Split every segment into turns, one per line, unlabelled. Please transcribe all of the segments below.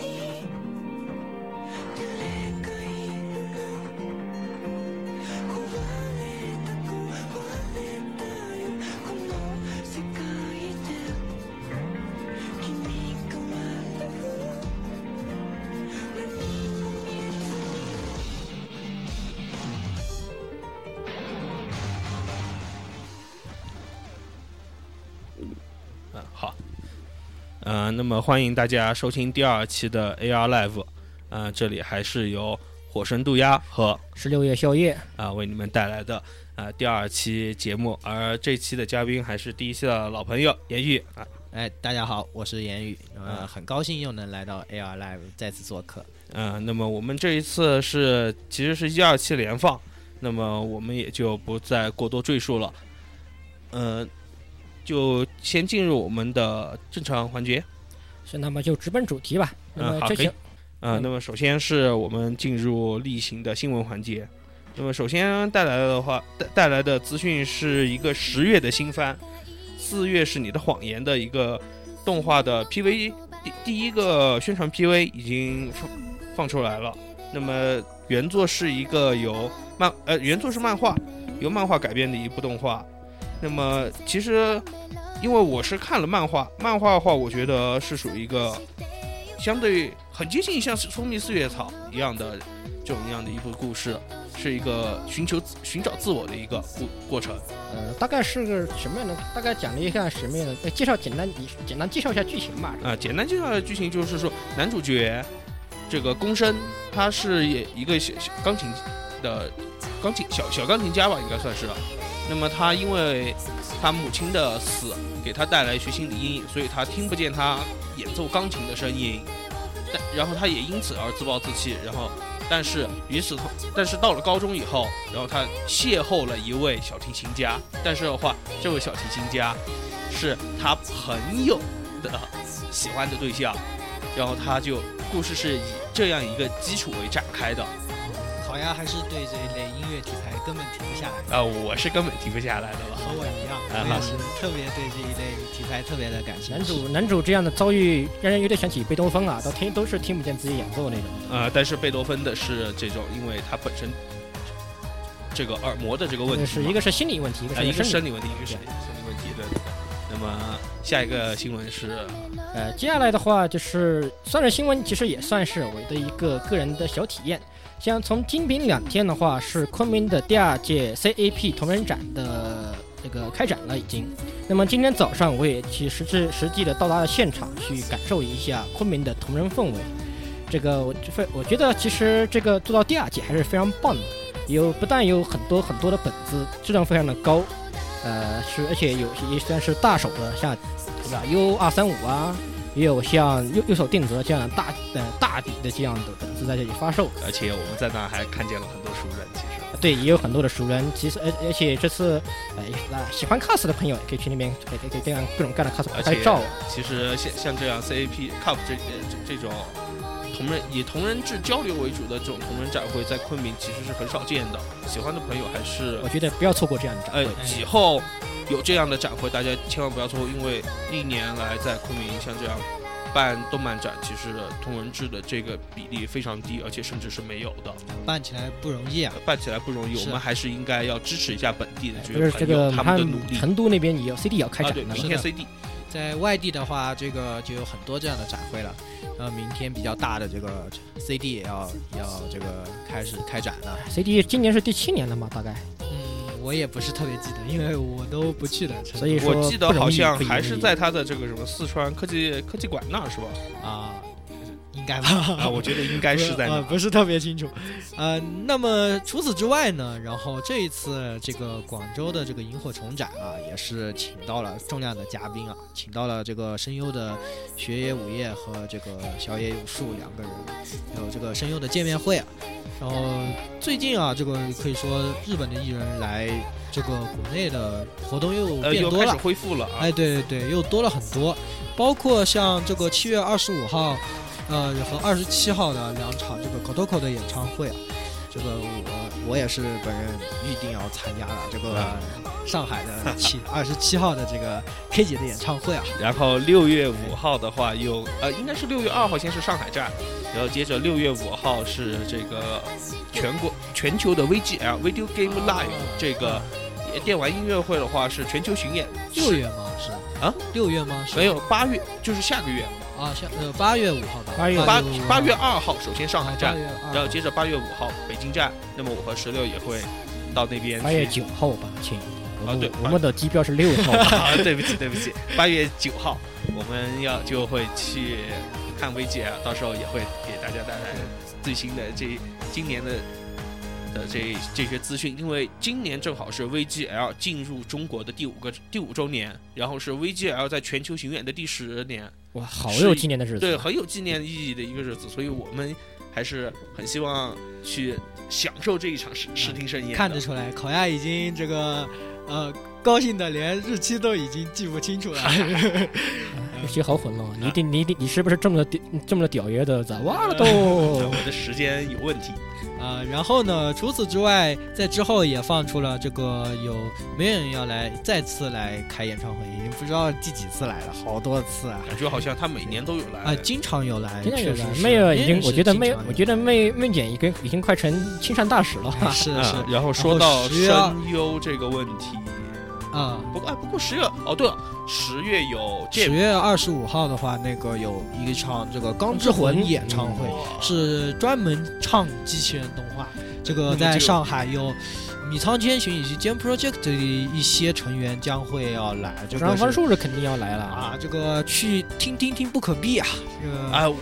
に誰かいるの壊れた壊れたよこの世界で君が笑う何も見えずに
嗯，好，呃，那么欢迎大家收听第二期的 AR Live，呃，这里还是由火神渡鸦和
十六夜宵夜，
啊、为你们带来的啊、第二期节目，而这期的嘉宾还是第一期的老朋友严玉啊，
哎，大家好，我是言语，呃，
嗯
很高兴又能来到 AR Live 再次做客。
呃，那么我们这一次是其实是一二期连放，那么我们也就不再过多赘述了，呃，就先进入我们的正常环节
是那么就直奔主题吧。那
嗯
么
好
这
可以
期
啊、呃
嗯
那么首先是我们进入例行的新闻环节。那么首先带来的话，带带来的资讯是一个十月的新番，四月是你的谎言的一个动画的 PV，第第一个宣传 PV 已经放放出来了。那么原作是一个由漫呃原作是漫画，由漫画改编的一部动画。那么其实因为我是看了漫画，漫画的话我觉得是属于一个相对很接近像是蜂蜜四叶草一样的这种样的一部故事，是一个寻求寻找自我的一个过过程。
呃，大概是个什么样的？大概讲了一下什么样的？呃介绍简单，你简单介绍一下剧情吧。
啊，简单介绍的剧情就是说，男主角这个宫生，他是也一个小小钢琴的钢琴小小钢琴家吧，应该算是了。那么他因为他母亲的死给他带来一些心理阴影，所以他听不见他演奏钢琴的声音，但然后他也因此而自暴自弃。然后，但是与此同，但是到了高中以后，然后他邂逅了一位小提琴家，但是的话，这位小提琴家是他朋友的喜欢的对象，然后他就故事是以这样一个基础为展开的。
烤鸭还是对这一类音乐题材根本停不下来的，
啊，我是根本停不下来的了。
和我一样，
啊
我也是特别对这一类题材特别的感兴
男
趣。
主男主这样的遭遇，让人有点想起贝多芬啊，都听都是听不见自己演奏那种。
呃，但是贝多芬的是这种，因为他本身这个耳膜的这个问题
对，
嘛，
是
嗯
一个是心理问题，一
啊、一
个
个
是
生
生理。
理问题，一个是生理问题对对对。那么下一个新闻是，
呃，接下来的话就是算是新闻，其实也算是我的一个个人的小体验。像从今明两天的话，是昆明的第二届 CAP 同人展的这个开展了已经。那么今天早上我也去实质实际的到达了现场，去感受一下昆明的同人氛围。这个我非我觉得其实这个做到第二届还是非常棒的，有不但有很多很多的本子，质量非常的高，呃是而且有也算是大手的，像对吧 U 二三五啊，也有像右右手定则这样大呃大底的这样的本子在这里发售。
而且我们在那还看见了很多熟人，其实。
对，也有很多的熟人。其实，而而且这次，呃，那喜欢 cos 的朋友也可以去那边，可以可以可以跟各种各样的 cos
而
拍
且
照。
其实像像这样 CAP CUP 这呃这这种同人以同人志交流为主的这种同人展会，在昆明其实是很少见的。喜欢的朋友还是
我觉哎得不要错过这样的展
呃
会。
以后有这样的展会，大家千万不要错过，因为历年来在昆明像这样办动漫展，其实同人志的这个比例非常低，而且甚至是没有的，呃
办起来不容易啊，
办起来不容易。我
是
们还是应该要支持一下本地的这
哎就是
些
这
朋友
个
他
武
们的
汉
努力。
成都那边也有 CD 要开
啊，
展
对，
的
明
了。
天 CD
在外地的话，这个就有很多这样的展会了。呃，明天比较大的这个 CD 也要也要这个开始开展了。
CD 今年是第七年了嘛，大概，
嗯，我也不是特别记得，因为我都不去的。
所以说
我记得
不
好
容易
像
不容
还是在
易
他的这个什么四川科技科技馆那儿是吧？
啊、应该吧？
啊，我觉得应该是 在那
呃
儿。
不是特别清楚。呃，那么除此之外呢，然后这一次这个广州的这个萤火虫展啊，也是请到了重量的嘉宾啊，请到了这个声优的学野午夜和这个小野有树两个人，还有这个声优的见面会啊。然后最近啊，这个可以说日本的艺人来这个国内的活动又
呃，
变
又
多
开
了
始，恢复了啊！
哎，对对对，又多了很多，包括像这个七月二十五号，呃和二十七号的两场这个 Kotoko 的演唱会啊，这个我我也是本人预定要参加了这个
啊
上海的七二十七号的这个 K 姐的演唱会啊。
然后六月五号的话有，呃，应该是六月二号先是上海站，然后接着六月五号是这个全国全球的 VGL Video Game Live 这个电玩音乐会的话是全球巡演，
六月吗？是
啊？
六月吗？是
没有八月就是下个月
啊，下呃八月五号吧，
8月
八
5
八月二号首先上海站，，
啊
然
8
后
月
接着八月五号北京站，那么我和石榴也会到那边去。
八月九号吧，亲。我
啊对
们
八
我们的机票是六号 吧，
啊，对不起，对不起，八月九号我们要就会去看薇姐，啊到时候也会给大家带来最新的这今年的的这这些资讯，因为今年正好是 VGL 进入中国的第五个第五周年，然后是 VGL 在全球巡演的第十年，
哇，好有纪念的日
对，
子。啊
很有纪念意义的一个日子，所以我们还是很希望去享受这一场视视听盛宴的。
看得出来，烤鸭已经这个呃高兴的连日期都已经记不 清楚了。
日期好混乱啊，你一
嗯
定你一定你是不是中了屌中了屌爷的？咋忘了都？
我的时间有问题，
啊，然后呢，除此之外，在之后也放出了这个有没有人要来再次来开演唱会，已经不知道第几次来了，好多次啊
感觉好像他每年都有来
啊，经常有来，
真的有
确实
的，
是
妹儿已经，
真
我
是
觉得
经
妹
常，有
我觉得妹妹姐已经已经快成亲善大使了。
啊 是是
啊，然后说到
十月二
声优这个问题，
啊。
不过哎，不过十月哦，对了，十月有
十
Jam
月二十五号的话，那个有一场这个《钢
钢
之
之
魂》
魂
演唱会，是专门唱机器人动画。这
嗯
个
这
在
个
上海有米仓千寻以及 Jam Project 的一些成员将会要来，这
然后
个
方
是
叔是肯定要来了
啊，！这个去听听听不可避啊，这个
哎，我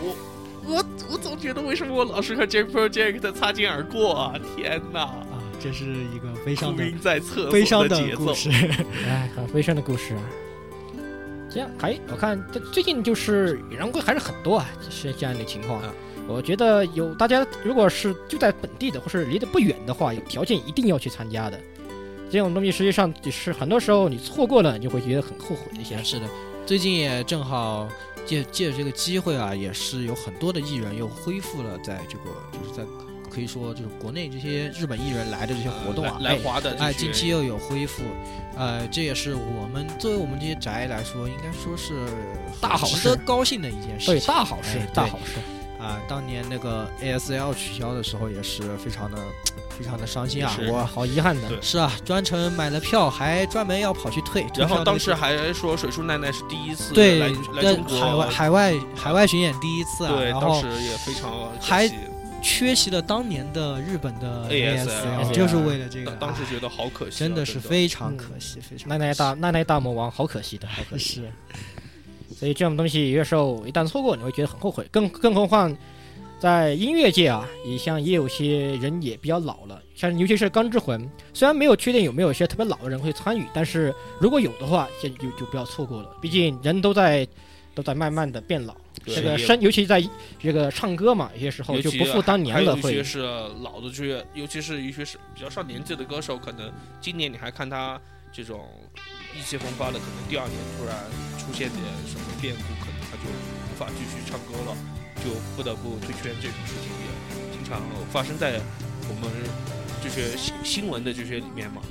我我总觉得为什么我老是和 Jam Project 擦肩而过啊？天哪，
啊，这是一个悲伤
哭
的
音在侧
悲伤
的节
故
奏，
事。
哎，很悲伤的故事。这样还我看这最近就是演唱会还是很多啊，是这样的情况
嗯
啊。
我觉得有大家如果是就在本地的，或是离得不远的话，有条件一定要去参加的。这种东西实际上只是很多时候你错过了，你就会觉得很后悔的一些
也
事。
是的，最近也正好借借这个机会啊，也是有很多的艺人又恢复了在这个就是在可以说就是国内这些日本艺人来的这些活动啊，
来来
哎
华的这
哎，
些
近期又有恢复，呃，这也是我们作为我们这些宅来说，应该说是
大好
很值
事
得高兴的一件事
对，
情。
大好事
哎，
大
对
好事。
啊，当年那个 ASL 取消的时候，也是非常的非常的伤心啊！
是
我
好遗憾的
对，
是啊，专程买了票，还专门要跑去退。退
然
票
后当
那
时
个
还说水树奈奈是第一次
对
来来中
跟
国，
海外海外海外巡演第一次啊，
对，
然
当
后
时也非常可
还
惜
缺席了当年的日本的
ASL
就是为了这个
当，当时
哎
觉得好可惜啊，
真的是非常可惜，非常
奈奈大奈奈大魔王，好可惜
哎
的，好可
可
惜。
惜。
所以这种东西有些时候一旦错过，你会觉得很后悔。更更何况，在音乐界啊，也像也有些人也比较老了，像尤其是《钢之魂》，虽然没有确定有没有一些特别老的人会参与，但是如果有的话，就就就不要错过了。毕竟人都在都在慢慢的变老，
对
这个
也
声，尤其在这个唱歌嘛，有些时候
尤
就
其啊
不复当
还
年
有
了，
一些
会
是老的剧，尤其是一些是比较上年纪的歌手，可能今年你还看他这种意气风发的，可能第二年突然出现点什么变故，可能他就无法继续唱歌了，就不得不退圈。这种事情也经常发生在我们这些新新闻的这些里面嘛。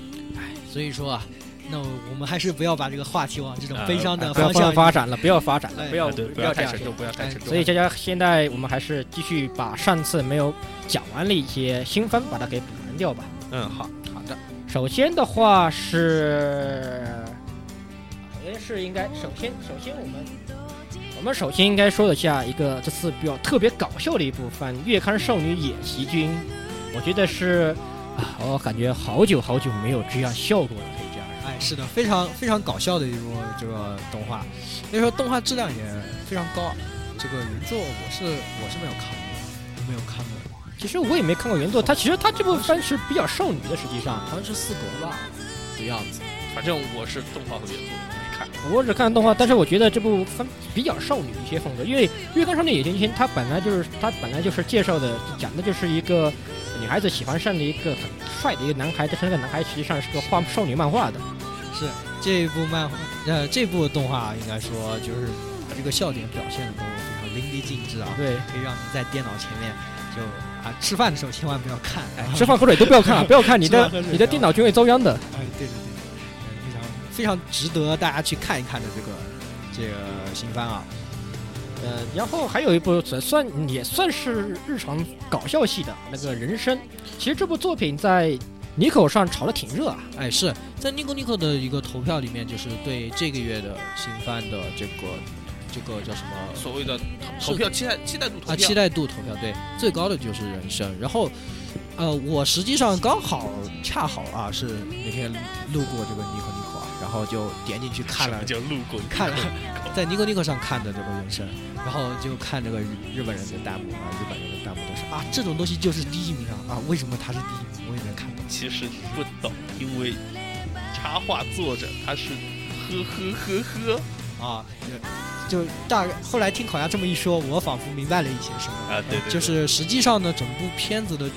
所以说啊，那我们还是不要把这个话题往这种
呃
悲伤的
不要
方
发
向
发展了，不要发展了，
哎
不要
啊对，
不
要
这
太
样
沉。重，哎不要太沉重。
所以大家现在我们还是继续把上次没有讲完的一些新番把它给补完掉吧。
嗯，好好的，
首先的话是，呃首先是应该首先首先我们我们首先应该说一下一个这次比较特别搞笑的一部分《月刊少女野崎君》，我觉得是啊，我感觉好久好久没有这样效果了，可以这样
哎，是的，非常非常搞笑的一部这个动画，那时候动画质量也非常高。这个原作我是我是没有看过，没有看过，
说。其实我也没看过原作，它其实它这部番是比较少女的，实际上
好像是四国吧的样子。
反正我是动画和原作都没看。
我只看动画，但是我觉得这部番比较少女一些风格，因为《月刊少女野田千》它本来就是它本来就是介绍的讲的就是一个女孩子喜欢上的一个很帅的一个男孩，但是那个男孩实际上是个画少女漫画的，
是这一部漫画，呃，这部动画应该说就是把这个笑点表现的都非常淋漓尽致啊，
对，
可以让你在电脑前面就啊啊，吃饭的时候千万不要看，哎
吃饭喝水都不要看啊，不要看你
吃
的
饭喝水
你的电脑均会遭殃的。
哎，对对对，非常非常值得大家去看一看的这个这个新番啊，
呃，然后还有一部算算也算是日常搞笑系的那个人生，其实这部作品在尼口上炒得挺热啊。
哎，是在 Nico Nico 的一个投票里面，就是对这个月的新番的这个这个叫什么
所谓的
是
投票期待期待度投票，
啊期待度投票，对，最高的就是人生。然后，呃，我实际上刚好恰好啊是那天路过这个 Nico Nico 啊，然后就点进去看了
什么叫路过，
看 了在 Nico Nico 上看的这个人生，然后就看这个日日本人的弹幕啊，日本人的弹幕都是啊，这种东西就是第一名啊啊，为什么他是第一名？我也没看懂。
其实你不懂，因为插画作者他是呵呵呵呵
啊，就大概后来听烤鸭这么一说，我仿佛明白了一些什么。
啊，对对对，
就是实际上呢，整部片子的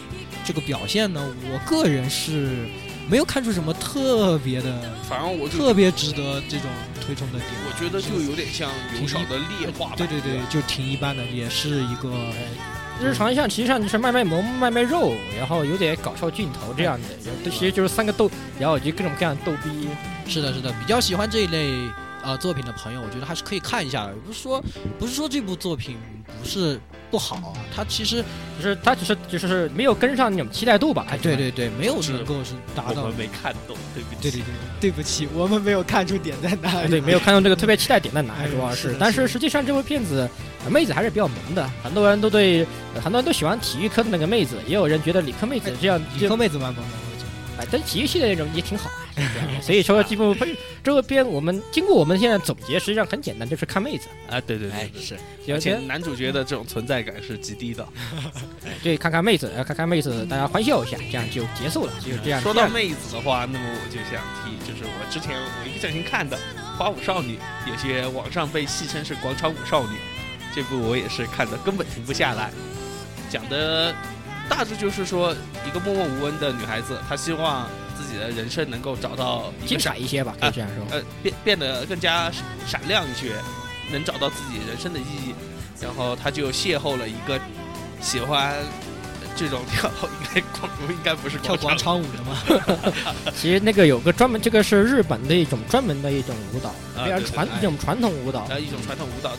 这个表现呢，我个人是没有看出什么特别的、
反正我就
特别值得这种推崇的点。
我觉得就有点像刘少的劣化吧，
对对对，就挺一般的，也是一个
日常像其实上就是卖卖萌、卖卖肉，然后有点搞笑镜头这样的，然后其实就是三个逗，然后以及各种各样的逗逼。
是的，是的，比较喜欢这一类呃作品的朋友，我觉得还是可以看一下的。不是说不是说这部作品不是不好啊，它其实
就是他只是就是没有跟上那种期待度吧？
哎，对对对，没有
是
能够是达
我
到
们没看懂，对不
对
起。
对对，对不起，我们没有看出点在哪
哎
里。
对，没有看到这个特别期待点在哪
哎，
主要
是
是
的。
但
是的
是实际上这部片子呃妹子还是比较萌的，很多人都对，呃很多人都喜欢体育科的那个妹子，也有人觉得理科妹子这样
理
就
科妹子蛮萌的，我觉得
哎，但体育系的那种也挺好啊。是这样的所以说这部片这部片我们经过我们现在总结，实际上很简单，就是看妹子。
啊，对对对，
是
有
而且
钱
男主角的这种存在感是极低的。
对，看看妹子，呃看看妹子，大家欢笑一下，这样就结束了，就这样。
嗯说
这
到
样
妹子的话，那么我就想提，就是我之前我一不小心看的《花舞少女》，有些网上被戏称是广场舞少女，这部我也是看的根本停不下来。讲的大致就是说，一个默默无闻的女孩子，她希望自己的人生能够找到一
精
个闪
彩一些吧，可以这样说。
呃变变得更加闪亮一些，能找到自己人生的意义。然后他就邂逅了一个喜欢这种跳，应该广应该不是
跳
场
广场舞的嘛。
其实那个有个专门，这个是日本的一种专门的一种舞蹈，
啊
非常
对哎对
传
对
一种传统舞蹈。
然后呃一种传统舞蹈的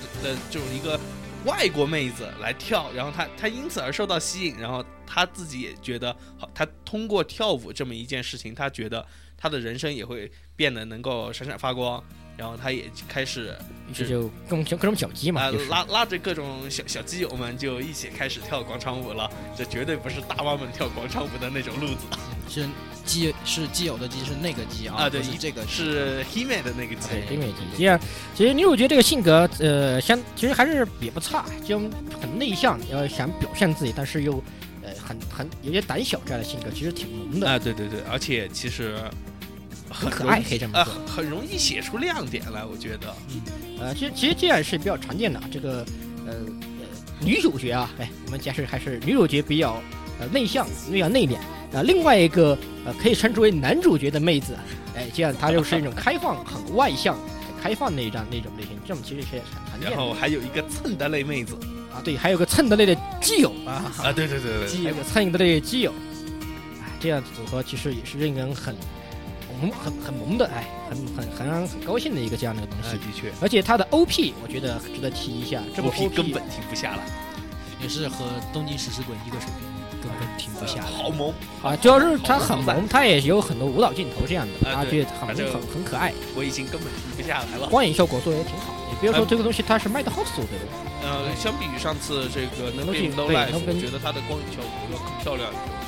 这种一个外国妹子来跳，然后她她因此而受到吸引，然后她自己也觉得好，她通过跳舞这么一件事情，她觉得她的人生也会变得能够闪闪发光，然后她也开始
于是就各种各种小鸡
啊
嘛，就是。
拉拉着各种小小基友们就一起开始跳广场舞了，这绝对不是大妈们跳广场舞的那种路子，
是基是基友的基是那个基啊，
啊
不
对
是这个基
是 He Man 的那个基
对，
友
因为这样，其实女主角这个性格，呃，相其实还是也不差，就很内向，要想表现自己，但是又，呃，很很有些胆小这样的性格，其实挺萌的，
啊，对对对，而且其实很
可
容
爱，
易
可以这么
啊，
说。
很很容易写出亮点来，我觉得。
呃，其实其实这样是比较常见的啊，这个呃呃女主角啊，哎，我们解释还是女主角比较呃内向，比较内敛。呃，另外一个呃可以称之为男主角的妹子，哎，这样她就是一种开放、很外向、很开放那一张那种类型，这种其实是很常见
然
的
后还有一个蹭的类妹子
啊。对，还有个蹭的类的基友啊，
啊，对对对
还有个蹭的类的基友，哎，这样组合其实也是令人很萌、很很萌的，哎，很很很让人很高兴的一个这样的一个东
啊，
西。
的确，
而且它的 OP 我觉得值得提一下，这部
OP
OP
根本停不下来，
也是和东京食尸鬼一个水平，根本停不下来。
好萌。
啊，主要是他
好
很
好
萌，他也有很多舞蹈镜头这样的，
啊
啊，
对
对，很
反正
很很可爱，
我已经根本停不下来了。
光影效果做的也挺好。也不要说这个东西它是卖的好速的，
呃，相比于上次这个 No Game No
对
Life，
No
我
Game-
觉得它的光影效果要更漂亮一点。
呃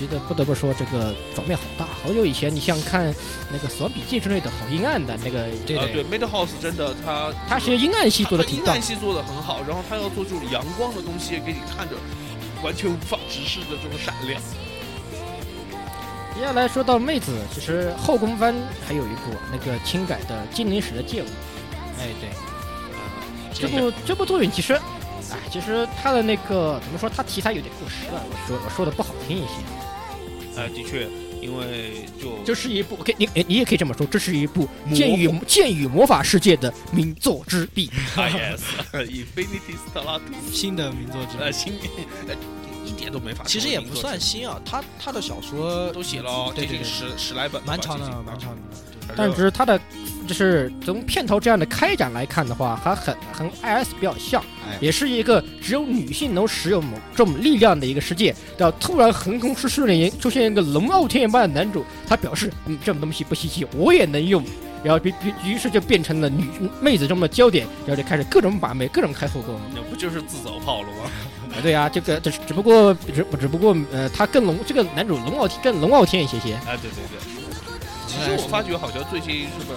觉得不得不说这个转变好大。好久以前你像看那个《死亡笔记》之类的，好阴暗的那个，
对
啊，
的
对，Made House 真的它
它其实阴暗系做的
它
挺
阴
棒
暗。系做的很好，然后它要做这种阳光的东西，给你看着完全无法直视的这种闪亮。
接下来说到妹子，其实后宫番还有一部那个轻改的《精灵使的街舞》，
哎，对，
这部这部作品其实，哎，其实它的那个怎么说，它题材有点过时了。我说我说的不好听一些，
啊，的确，因为 就
这是一部，可以你哎你也可以这么说，这是一部
模
剑与剑与魔法世界的名作之一。
IS Infinity Stalatus
新的名作之一
呃，新呃一点都没法。
其实也不算新啊，他他的小说
都写了哦
对
接
对
近
对，
十十来本了吧，
蛮长的
接近，
蛮长的。
反正
但只是它的就是从片头这样的开展来看的话，还很很 IS 比较像
哎，
也是一个只有女性能使用某种力量的一个世界。到突然横空出世的出现一个龙傲天一般的男主，他表示嗯这种东西不稀奇，我也能用。然后于于于是就变成了女妹子中的焦点，然后就开始各种把妹，各种开后宫。
那不就是自走炮了吗？
啊对啊，这个只只不过只只不过呃，他更龙这个男主龙傲天更龙傲天一些些。
啊，对对对。 其实我发觉好像最近日本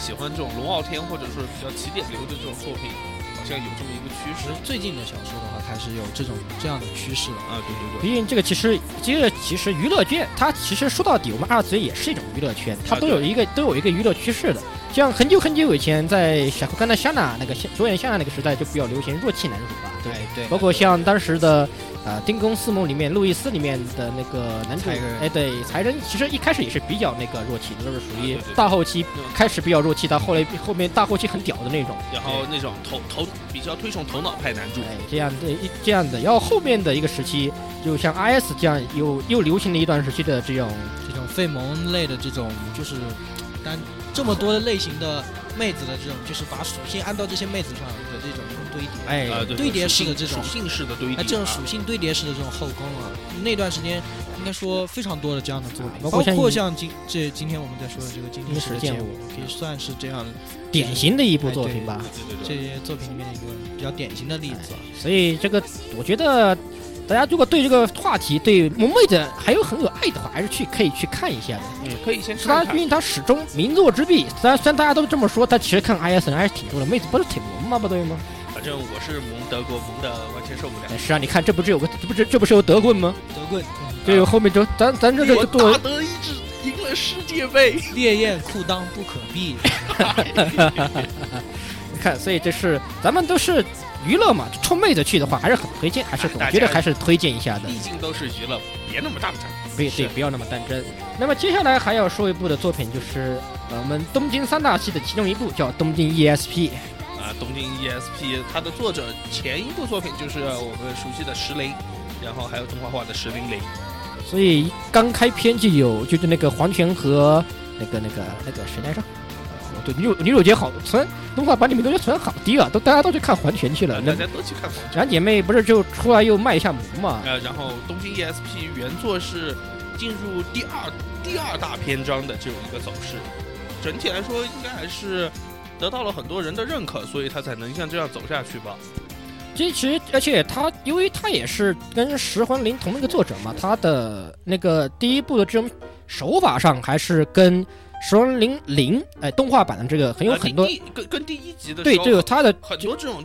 喜欢这种龙傲天或者说比较起点流的这种作品，好像有这么一个趋势
最近的小说的话，开始有这种这样的趋势了。
啊，对对对。
毕竟这个其实，这个其实娱乐圈，它其实说到底，我们二次元也是一种娱乐圈，它
啊
都
对
有一个都有一个娱乐趋势的。像很久很久以前，在小刚才香娜那个主演香娜那个时代，就比较流行弱气男主吧，对吧。
哎对，
包括像当时的呃《丁公四梦》里面路易斯里面的那个男主
财神，
哎对，财神其实一开始也是比较那个弱气的，就是属
啊对
于
对对
大后期开始比较弱气，到后来后面大后期很屌的那种。
然后那种头头比较推崇头脑派男主，
哎，这样的一这样的，然后后面的一个时期，就像 IS 这样又又流行了一段时期的这种，
这种费蒙类的这种，就是单这么多的类型的妹子的这种，就是把属性按到这些妹子上的这种堆叠。
哎，
啊，对
堆叠式的
属性
这种
属性式的堆叠
那
啊，
这种属性堆叠式的这种后宫啊，那段时间应该说非常多的这样的作品，
啊包
包
括像
括像今这今天我们在说的这个《金陵
临时
十的
见
街舞
舞》，啊
可以算是这样的
典型的一部作品吧。
对对
这
对，
些作品里面的一个比较典型
哎
的例子啊。
所以这个，我觉得大家如果对这个话题对萌妹子还有很有爱的话，还是去可以去看一下的。
嗯，可以先
是
看
他，因
看。
为他始终名作之壁。虽然虽然大家都这么说，但其实看 ISN 还是挺多的，妹子不是挺萌吗？不对吗？
反正我是蒙德国蒙的完全受不了
哎，是啊，你看这不是有个这不是这不是有德棍吗？啊
德棍、
这有后面就咱咱这
我
个
大
对
德意志赢了世界杯，
烈焰裤裆不可避，
看，所以这是咱们都是娱乐嘛，冲妹子去的话还是很推荐，还是
哎大
我
家
觉得还是推荐一下的。
毕竟都是娱乐，别那么大胆。
对对，不要那么当真。那么接下来还要说一部的作品，就是呃我们东京三大系的其中一部，叫《东京 E ESP》。
啊，东京 ESP，它的作者前一部作品就是我们熟悉的石林，然后还有动画化的石林林，
所以刚开篇就有，就是那个黄泉和那个那个那个谁来着？哦对，女主女主角好存动画版里面都觉得存好低啊，都大家都去看黄泉去了。那
大家都去看过。
两姐妹不是就出来又卖一下萌嘛？
呃，然后东京 ESP 原作是进入第二第二大篇章的这种一个走势，整体来说应该还是得到了很多人的认可，所以它才能像这样走下去吧。
这其实，而且他，因为他也是跟石魂灵同那个作者嘛，他的那个第一部的这种手法上，还是跟石魂灵零哎动画版的这个很有
呃
很多、
第一跟跟第一集的
对
时候
对有他的
很多这种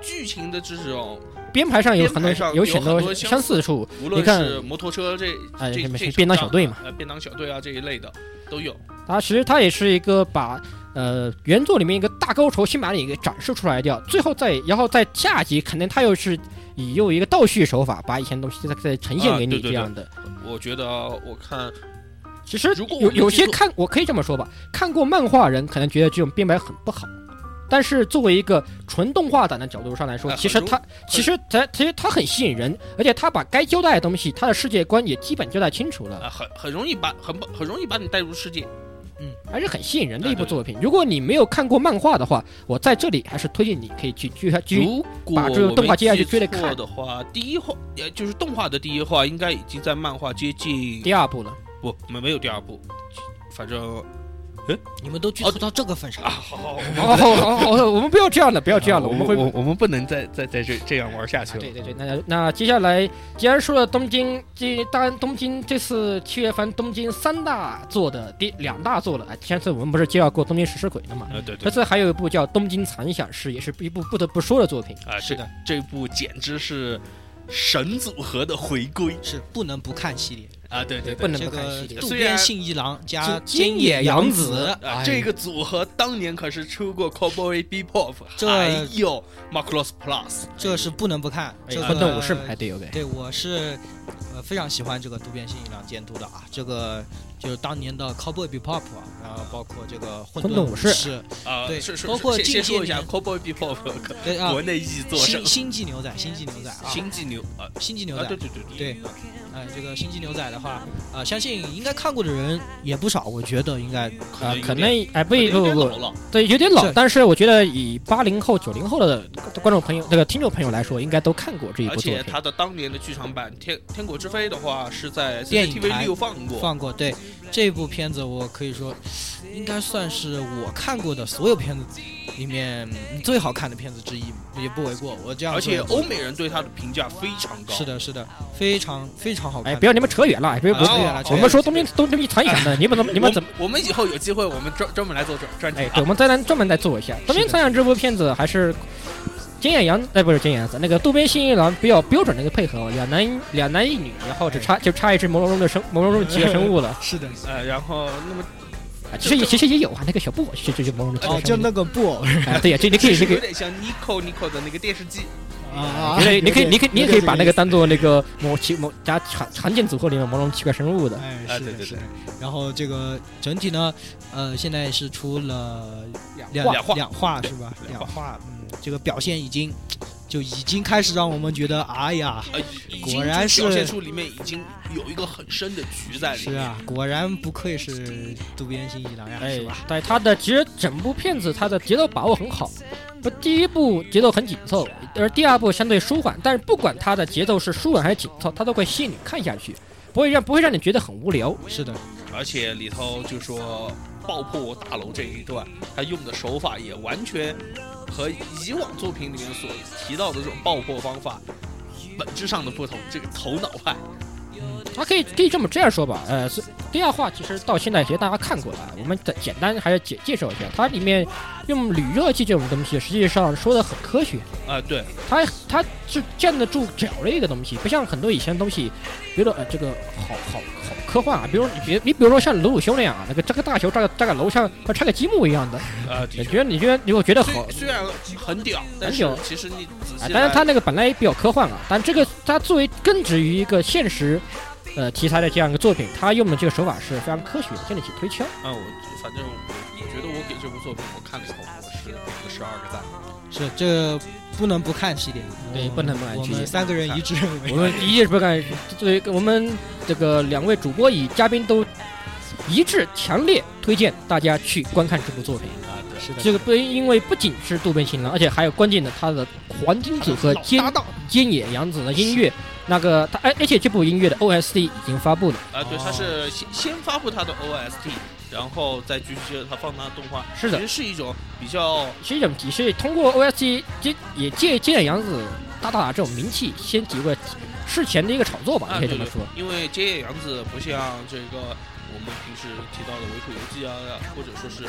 剧情的这种，
编排上有很多
编排上
有
有
很
很
多
多
相似处，
无
你
论
看
是摩托车这
哎
这
什么
这
便当小队嘛
嘛，呃便当小队啊这一类的都有。
啊，其实他也是一个把呃原作里面一个大高潮先把你给展示出来掉，最后再然后在下集肯定他又是以又一个倒叙手法把以前的东西再再呈现
啊
给
对
你
对
这
对
样的。
我觉得我看
其实
如果
有
我们
有
去
些
做
看，我可以这么说吧，看过漫画人可能觉得这种编排很不好，但是作为一个纯动画党的角度上来说，
哎
其实
很
它其实它其实它很吸引人，而且它把该交代的东西，它的世界观也基本交代清楚了，
啊，很很容易把很不很容易把你带入世界。
还是很吸引人的
对
一部
啊对
作品。如果你没有看过漫画的话，我在这里还是推荐你可以去继续继续
如果
把这个
我
动画
没
接下去
记
追着
错
看
的话，第一话也就是动画的第一话，应该已经在漫画接近
第二部 了。
不没没有第二部，反正
你们都剧
哦
透到这个份上
啊，，好好，
好好好好，哦我们不要这样了，不要这样了，我们会
呃我们不能再再再这这样玩下
啊对对对，那
嗯
那接下来既然说了东京，这当然东京这次七月份东京三大作的第两大作了，啊，上次我们不是介绍过《东京食尸鬼》了嘛？
呃，对
这
对
次还有一部叫《东京残响室》，也是一部不得不说的作品。
啊，
是
这
的
这部简直是神组合的回归
是不能不看系列。
啊！对对
不
对，
能
这
不看系列。
个渡
虽
边
然
信一郎加
就菅野
洋
洋子
啊，
哎
这个组合当年可是出过 Cowboy Bebop，
这
还有 Macross Plus，
这是不能不看。
哎
这个
混沌武士嘛，还得有个
对，我是呃非常喜欢这个渡边信一郎监督的啊，这个就是当年的 Cowboy Bebop 啊，然后包括这个混
混
沌
沌
武
武士
士，
啊，
对
是是
包括
是先先
近些
说一下
年
Cowboy Bebop
对啊
国，内译作什
星
么？
星际牛仔，星际牛仔啊，
星际牛啊
星际牛
啊，
仔
对，对对对，
对，呃，这个星际牛仔的话，呃，相信应该看过的人也不少，我觉得应该
可
啊
能，有
可
点
能哎，不
可能
不
有点
不
老
不，
了，
对，有点老
是，
但是我觉得以八零后、九零后的观众朋友、这个听众朋友来说，应该都看过这一
而
部作
且
品。
他的当年的剧场版《天天国之飞》的话是在
电影
CCTV
台
六放过，
放过。对，这部片子我可以说，应该算是我看过的所有片子里面嗯最好看的片子之一，也不为过。我这样
而
说
且
也不
欧美人对他的评价非常高。
是，的，是的，非常非常好看。
哎，不要你们扯远了，不要不
啊
对
要
啊
我们说东京东京残响的，你们怎么你们怎么？
我们以后有机会，我们专专门来做专专
哎，
题
对，我
啊。
们再来专门再做一下《东京残响》这部片子，还是金野洋哎，不是金野洋子，那个渡边信一郎比较标准的一个配合，两男两男一女，然后只差就差一只毛茸茸的生毛茸茸级的生物了。
是的，
呃，然后那么
啊其实也其实也有啊，那个小布偶其实就是毛茸茸级的生物。
个布偶
哎，对呀，这你可
其
以
实
这
有
个。
点像 Nico Nico 的那个电视机，
啊
你可以，你可以，你可以，你也可以把那
个
个。当做那个某奇某家常常见组合里面某种奇怪生物的。
哎，
啊
是
对
的，
对
是
对
的。然后这个整体呢，呃，现在是出了
两
两
两话
两话是吧？
两话
话，嗯，这个表现已经就已经开始让我们觉得，哎呀，
呃，已已
果
经就
然是
表现出里面已经有一个很深的局在里
是
面。
啊，果然不愧是渡边信一郎呀，
哎
是吧？，
对，他的其实整部片子他的节奏把握很好，不，第一部节奏很紧凑，而第二部相对舒缓，但是不管它的节奏是舒缓还是紧凑，它都会吸引你看下去，不会让不会让你觉得很无聊。
是的，
而且里头就说爆破大楼这一段，他用的手法也完全和以往作品里面所提到的这种爆破方法本质上的不同。这个头脑派，
嗯，
它可以可以这么这样说吧，呃，是第二话其实到现在其实大家看过了，我们再简单还是介介绍一下，它里面用铝热剂这种东西，实际上说的很科学。
啊、对，
它它是站得住脚的一个东西，不像很多以前的东西，比如说呃这个好好好科幻啊，比如你别你比如说像鲁鲁修那样啊，那个扎个大球扎个扎个楼像像拆个积木一样的，
啊、的
你
确。
觉得你觉得你会觉得好
虽虽然很屌，但是
屌
其实你仔
啊
细，来，
当然它那个本来也比较科幻啊，但这个它作为根植于一个现实。呃，题材的这样一个作品，它用的这个手法是非常科学的，经得起推敲。
啊、我反正我我觉得我给这部作品我看了以后，我是给了十二个赞。
是这不能不看系列，
对
我们
不能不看
我
系列
们三个人一致认为，
我们一致不敢，对我们这个两位主播与嘉宾都一致强烈推荐大家去观看这部作品。
啊、对，
是的，
这个不因为不仅是渡边信郎，而且还有关键的他的黄金组合
老
兼
搭档
兼野洋子的音乐，那个他哎而而且这部音乐的 OST 已经发布了，
啊、对，他是先先发布他的 OST，然后再继续接着他放他的动画，
是的
其实是一种比较
是一种也是通过 OST 兼也借兼野洋子大大这种名气先几个事前的一个炒作吧，
啊，
你可
对
以这么
对
说。
因为街野洋子不像这个我们平时提到的维库游记啊，或者说是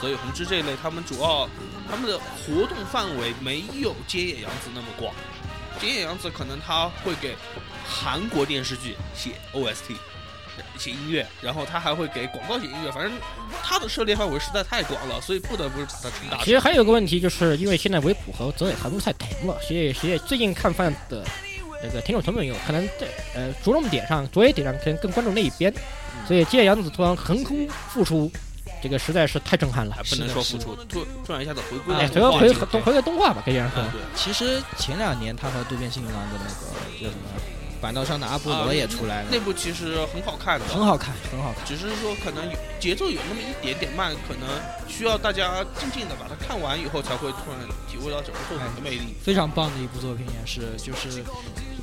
泽野弘之这一类，他们主要他们的活动范围没有街野洋子那么广。街野洋子可能他会给韩国电视剧写 OST。写音乐，然后他还会给广告写音乐，反正他的涉猎范围实在太广了，所以不得不把他称大
啊其实还有个问题，就是因为现在维普和泽野韩路太同了，所以所以最近看番的那个听众朋友有可能在呃着重点上、着眼点上可能更关注那一边，所
嗯
以借杨子突然横空复出，这个实在是太震撼了
还。哎不
是
能
的
说
是
复
的
出，啊突突然一下子回归
哎，
了
回
动画
回
这个
回个动画吧，可以这样说
啊，。对，
其实前两年他和渡边信一郎的那个叫什么《板道上的阿波罗》也出来了
那，部其实很好看的，
很好看，很好看。
只是说可能有节奏有那么一点点慢，可能需要大家静静的把它看完以后，才会突然体会到整个作品的魅力。
非常棒的一部作品，也是就是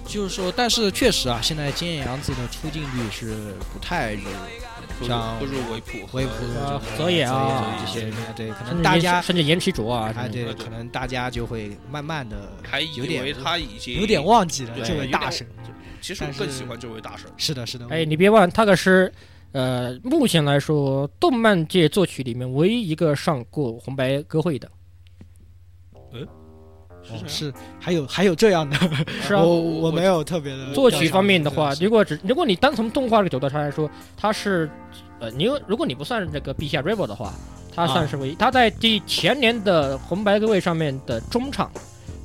就是说，但是确实啊，现在菅野洋子的出镜率是不太如哎像
不如维普和
恢复
啊泽野啊
这些对，可
甚
能
至
大
岩
家
甚至岩崎卓啊，
哎对，
对
可能大家就会慢慢的
还以
有
为
点
他已经
有点，忘记了
对
这位大神。
其实我
但是
更喜欢这位大神。
是的，是的，
哎，你别忘，他可是，呃，目前来说，动漫界作曲里面唯一一个上过红白歌会的，
哦
是
是还有还有这样的，
是啊。
我我没有特别
呃
的
作曲方面的
了
话，
解
如果只如果你单从动画这个角度上来说，它是，呃，你如果你不算这个《陛下 Rebel》的话，它算是唯一，它在第前年的红白歌会上面的中场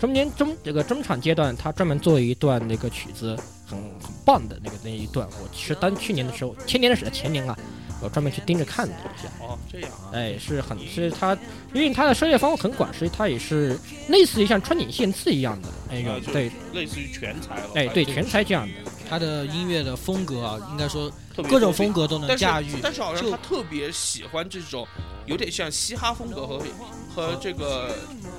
中间中这个中场阶段，他专门做一段那个曲子，很很棒的那个那一段。我是当去年的时候，前年的时候，前年啊，我专门去盯着看了一下。
哦，这样啊，
哎，是很是它，因为它的涉猎范围很广，所以它也是类似于像穿井线刺一样的那种
啊，就
对，
类似于全才了，
哎，对，全才这样的。
他的音乐的风格啊，应该说
特别
各种
多变
风格都能
但是
驾驭。
但是好像
就
他特别喜欢这种有点像嘻哈风格和和这个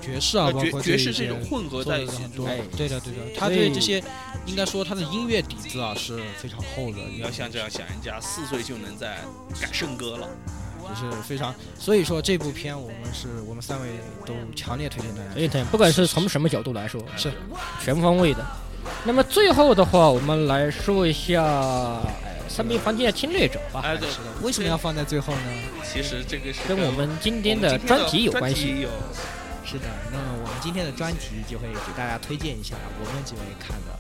爵士啊，
呃
包
爵
括
爵士
这
这
一些
种混合
做
在
了
一起
很。多
哎，
对的对的，他
所
对
以
这些，应该说他的音乐底子啊是非常厚的，
你
你
要像这样想，人家四岁就能在改圣歌了，
也是非常，所以说这部片我们是我们三位都强烈推荐大家
所。以它不管是从什么角度来说，
是
全方位的。那么最后的话，我们来说一下哎三兵房间的侵略者吧，
哎，对，
啊是的，为什么要放在最后呢？
其实这个是
跟我们今
今
天的专题有关系。。
有
是的，那么我们今天的专题就会给大家推荐一下我们几位看的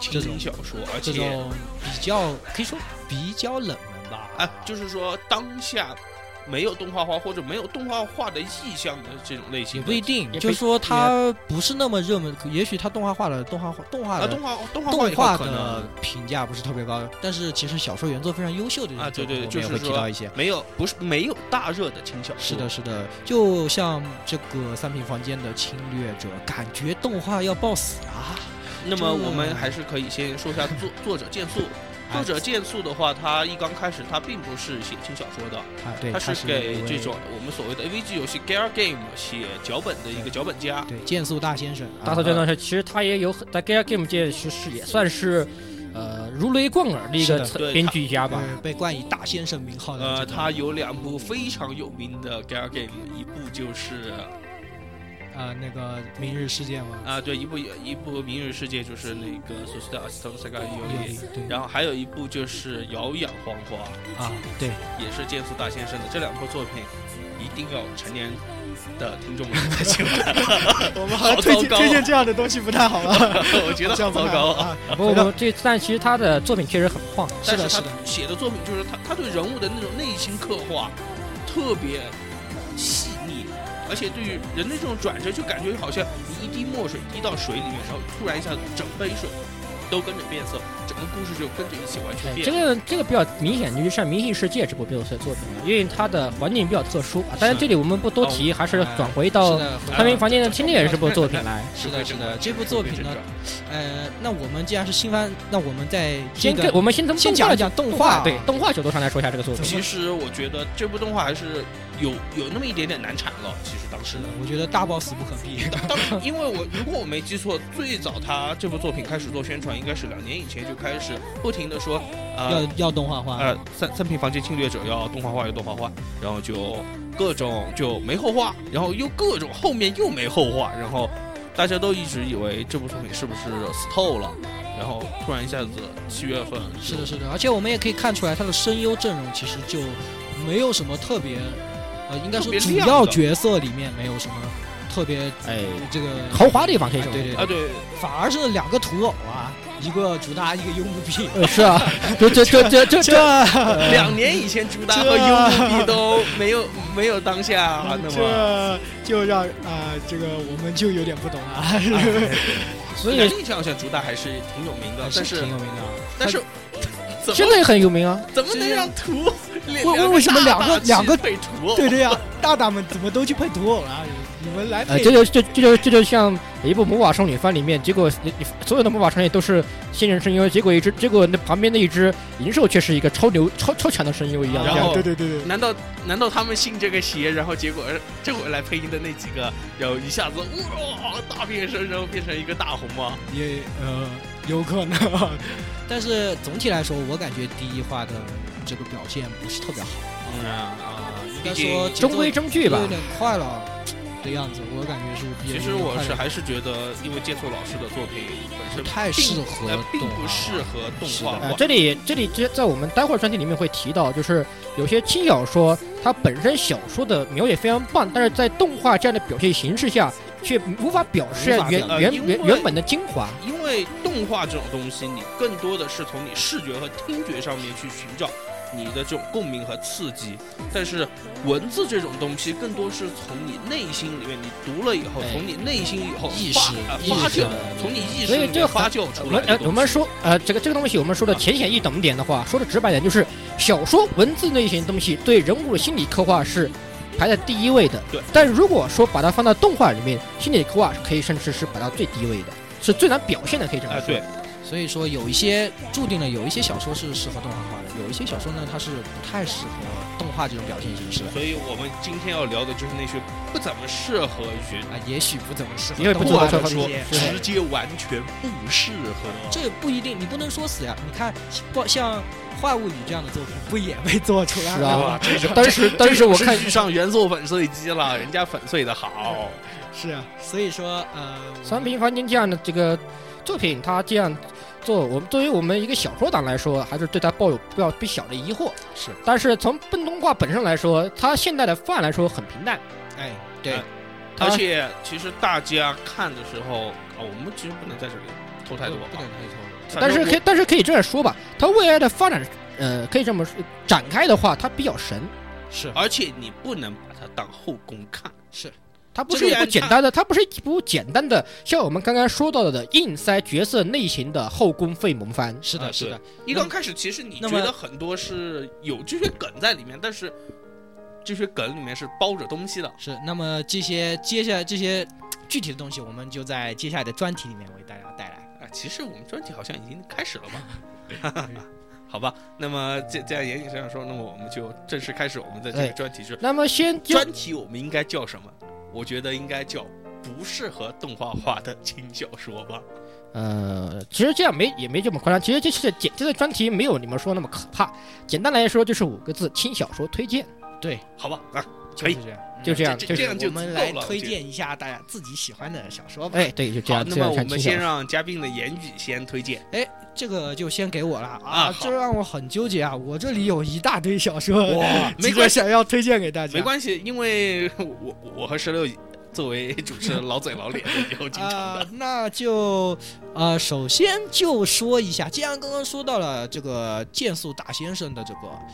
这
轻
个这种
轻小说，而
这
且
种比较可以说比较冷门吧，
啊，就是说当下没有动画化或者没有动画化的意向的这种类型
也
的，
不一定，
也
就
不
是说它不是那么热门，可也许它动画化的动画化动画
啊，
的
动画动画化
动
以后
画
可能
的评价不是特别高，但是其实小说原作非常优秀的
啊对对
我
就
们也
是
会提
说
到一些。
没有不是没有大热的轻小说，
是的，是的，就像这个三品房间的侵略者，感觉动画要爆死啊！
那么
这
我们还是可以先说一下作作者 剑素。
哎
作者剑素的话，他一刚开始他并不是写轻小说的，
啊，对，
他
他
是给
一位
这种我们所谓的 AVG 游戏 Gear Game 写脚本的一个脚本家。
对剑素大先生，啊呃
大头真的是，其实他也有很在 g a Game 界其实也算是，呃，如雷贯耳的一
是的
个
对
编剧家
啊
吧。
呃被冠以大先生名号的
呃，
这
他
个
有两部非常有名的 Gear Game，一部就是
呃那个明日事件嘛，
啊、对，一部一部《明日世界》就是那个《苏斯的阿斯特塞加尤
有
里》，
对
然后还有一部就是《摇养黄花》，
啊，对，
也是剑素大先生的。这两部作品一定要成年的听众们 才喜欢。
我们
好像推荐推荐
这样的东西不太好吧？
我觉得好糟糕啊！
啊！
不不，这但其实他的作品确实很棒。
但
是的
他
是的
写的作品就是他他对人物的那种内心刻画特别细腻，而且对于人的这种转折，就感觉好像你一滴墨水滴到水里面，然后突然一下整杯水都跟着变色，整个故事就跟着一起完全
哎，
变。
这个这个比较明显，就是像《明星世界》这部 b i l 作品了，因为它的环境比较特殊啊。当然，这里我们不多提，还是转回到
哦哎是
《
的，回
三
到
明房间的侵略人》这部作品来。
是的，是的，这部作品呢
特别，正
呃，那我们既然是新番，那我们在这
先
个
跟我们先从
先
动画
讲一讲动画，啊
对动画角度上来说一下这个作
常
品。
其实我觉得这部动画还是有有那么一点点难产了。其实当 时
是的，我觉得大 boss 不可避。
当时因为我如果我没记错，最早他这部作品开始做宣传，应该是两年以前就开始不停的说，啊。
要要动画化，
呃，三三平房间侵略者要动画化，要动画化，然后就各种就没后话，然后又各种后面又没后话，然后大家都一直以为这部作品是不是死透了，然后突然一下子七月份
是的，是的，而且我们也可以看出来，他的声优阵容其实就没有什么特别，呃，应该
特
说
别
主
亮
要
的
角色里面没有什么特别
哎，
这个，
豪华的地方可以
哎
说。
对对，
啊，对，
反而是两个土偶啊，一个主打，一个幽默币，
呃，是啊，这这这这这这，
两年以前主打和
呃这
幽默币都没有没有当下、那么。
这就让啊，这个我们就有点不懂啊了，
所
南
以
力好像主打还是挺有名的，但
是挺
是
有名的啊。
但是怎
真
么
的很有名啊。
怎么能让图为
为为什么两个两个
配图？
对的呀，大大们怎么都去配土偶了？啊你们来
呃，
配
这就这这就这就像一部魔法少女番里面，结果你你所有的魔法少女都是新人声优，结果一只结果那旁边那一只银兽却是一个超牛超超强的声优一样。
然后
这样
对对对对，
难道难道他们信这个邪，然后结果呃这回来配音的那几个，然后一下子哇大变身，然后变成一个大红吗？
也呃有可能， 但是总体来说，我感觉第一话的这个表现不是特别好
嗯啊，
应
毕
该
竟
说
中规中矩吧
有。点快了的样子，我感觉是比
其实我是还是觉得，因为接触老师的作品本身
不太适合
呃并
动
不
画
适合动画
呃，
化。
这里这里这在我们待会儿专题里面会提到，就是有些轻小说，它本身小说的描写非常棒，但是在动画这样的表现形式下，却无法表现
无法
原
表
原
呃因为
原原本的精华。
因为动画这种东西，你更多的是从你视觉和听觉上面去寻找你的这种共鸣和刺激。但是文字这种东西，更多是从你内心里面，你读了以后，
哎
从你内心以后
意
发
识
呃
意
发
识
酵，从你意识
所以
里
这个
面
很
发酵
我
出来
们呃
的东西。
我们说呃这个这个东西我们说的浅显易懂一点的话，说的直白点就是小说文字类型的东西对人物的心理刻画是排在第一位的。
对。
但如果说把它放到动画里面，心理刻画是可以甚至是摆到最低位的，是呃最难表现的，可以这么
哎
说。
对，
所以说有一些注定了有一些小说是适合动画化的，有一些小说呢它是不太适合动画这种表现形式的
所以我们今天要聊的就是那些不怎么适合于
啊，也许不怎么适合
因为不
动
怎么
画
适
的
合
这
说
些。
对
直接完全不适合。
这也不一定，你不能说死呀。你看，不像《怪物语》这样的作品，不也被做出来
是
了吗？
啊， 但是但是我看
是遇上原作粉碎机了，人家粉碎的好。
是啊，所以说，呃，
三平方间这样的这个作品，它这样做，我们作为我们一个小说党来说，还是对它抱有不要不小的疑惑。
是，
但是从笨动画本身来说，它现在的饭来说很平淡。
哎，对
哎，而
啊
且其实大家看的时候啊，我们其实不能在这里偷太多
呃不
啊
能。太多。
反
但是
正我
可以，但是可以这样说吧，它未来的发展，呃，可以这么说，展开的话，它比较神，
是
而且你不能把它当后宫看。
它不
这
是
个啊
一
呀
部简单的，它不是一部简单的像我们刚刚说到的硬塞角色类型的后宫废萌番。
是
啊
的，是的，
一刚开始，其实你
那
觉
么
得很多是有这些梗在里面，但是这些梗里面是包着东西的。
是。那么这些接下来这些具体的东西，我们就在接下来的专题里面为大家带来。
啊，其实我们专题好像已经开始了吧？好吧，那么这这样严谨上说，那么我们就正式开始我们的这
哎
个专题是
那么先就
专题，我们应该叫什么？我觉得应该叫不适合动画化的轻小说吧。
呃，其实这样没也没这么夸张，其实这是简这个专题没有你们说那么可怕。简单来说就是五个字：轻小说推荐，
好吧，啊，可
就是
以。
这样，嗯
就这样，
这
就
这
是
样就
我们
足
来
够了
推
我觉得
荐一下大家自己喜欢的小说吧。
哎，对，就这
好，
样。
那
这
么
样
我
看
们
轻小
先
说
让嘉宾的言语先推荐。
这个就先给我了
啊
啊，
好
这让我很纠结啊！我这里有一大堆小说，
哇，没
没
关
关
系，
想要推荐给大家。
没关系，因为我我和石榴作为主持人老嘴老脸的，以后经常
啊、
的。
那就呃，首先就说一下，既然刚刚说到了这个剑素大先生的这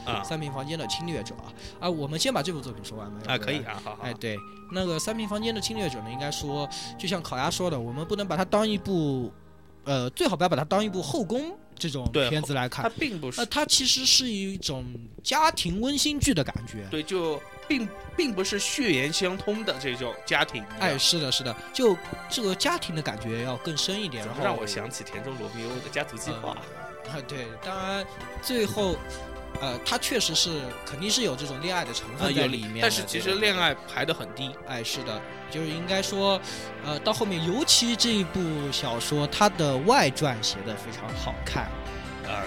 啊
个三平方间的侵略者啊，啊，我们先把这部作品说完吧。
啊，可以。啊，好好，
哎，对，那个三平方间的侵略者呢，应该说，就像烤鸭说的，我们不能把它当一部，呃，最好不要把它当一部后宫这种
对
片子来看
它。并不是
呃，它其实是一种家庭温馨剧的感觉。
对，就并并不是血缘相通的这种家庭。
哎，，是的，是的，就这个家庭的感觉要更深一点。
怎
然
么
后
让我想起田中罗密欧的家族计划？
啊，对，当然最后，呃，它确实是肯定是有这种恋爱的成分在
啊有
里面的、
但是其
对
实
吧
恋，爱排的很低。
哎，是的，就是应该说，呃，到后面，尤其这一部小说，它的外传写的非常好看
啊。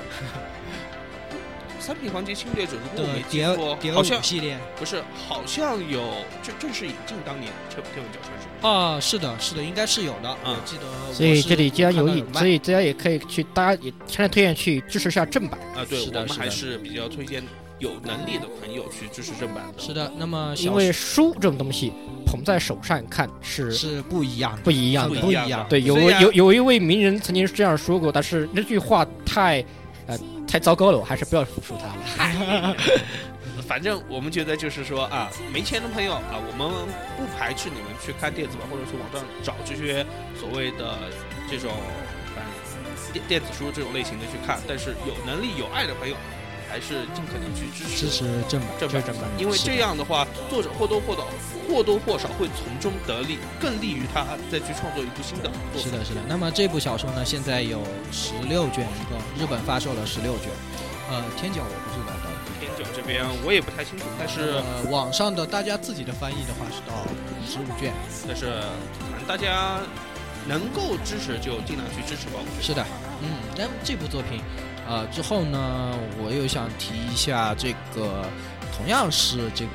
三品环节侵略者，如果我
的
哦没记
蝶
错，
蝶
好
舞
像
系列
不是，好像有这正是引进当年这这本小说是吧？
啊，是的，是的，应该是有的，
嗯
我记得我是看到有卖。
所以这里既然有引，所
以
以大家也可以去，大家也强烈推荐去支持一下正版。
啊，对，
是
我
的
们
是的
还是比较推荐有能力的朋友去支持正版的。
是的，那么小
因为书这种东西捧在手上看是
是不一样的，
不一样
不
的。
一
一
样啊
样
的
对，有
虽然
有有一位名人曾经是这样说过，但是那句话太，呃，太糟糕了，我还是不要复述它了。
反正我们觉得就是说啊，没钱的朋友啊，我们不排斥你们去看电子版或者去网上找这些所谓的这种嗯电电子书这种类型的去看，但是有能力有爱的朋友，还是尽可能去支持
支持正版，
正版
正版
因为
是的
这样的话，作者或多或少或多或少会从中得利，更利于他再去创作一部新的好作
是
品。
的，是的。那么这部小说呢，现在有十六卷一共，日本发售了十六卷。呃，天角我不知道到底。
天角这边我也不太清楚，但是
呃，网上的大家自己的翻译的话是到十五卷。
但是反正大家能够支持就尽量去支持吧。我觉得
是的，嗯。那么这部作品，呃，之后呢，我又想提一下这个，同样是这个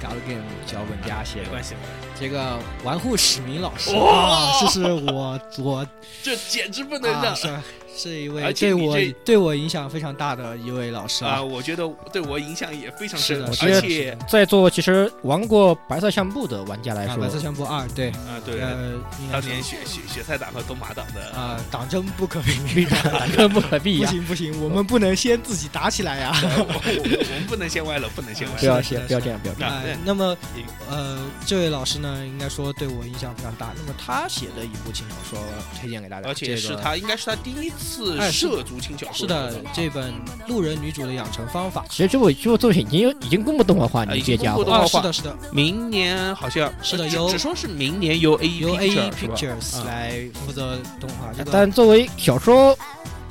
Gal Game 脚本家写
没
的
关系，
这这个玩户史明老师
哇
啊，这是 我我
这简直不能
啊
让
是是一位
而且
对
你
我
这
对我影响非常大的一位老师
啊！
啊。
我觉得对我影响也非常
是
深，
的，是
而
的
且
在座其实玩过白色相簿的玩家来
啊，
说
白，色宣布二对，
啊，对，
呃，应该
当
是
年雪雪雪菜党和东马党的
啊，党争不 可避免，
更不可避
不
呀。
行不行，我们不能先自己打起来啊呀。
我我我们不能先歪了，不能先歪
不
是
了。
要
的是
先
的
不要
是
这
的
样，不要这样。
那
哎
那，
那么
也
呃，这位老师呢，应该说对我影响非常大。那么他写的一部轻小说，推荐给大家，
而且
这
是
个
他，应该是他第一次
哎是的
涉足轻小说。
是的，这本《路人女主的养成方法
其实这部这部作品已经有已经公布动画化，
啊
你
已
这
经
些家
公》布动
伙，
画化
啊，是的，是的，
明年好像呃
是的
只
由
只说是明年由 A
由 A E
Picture 是吧
Pictures
嗯
来负责动画。这
啊
个
但作为小说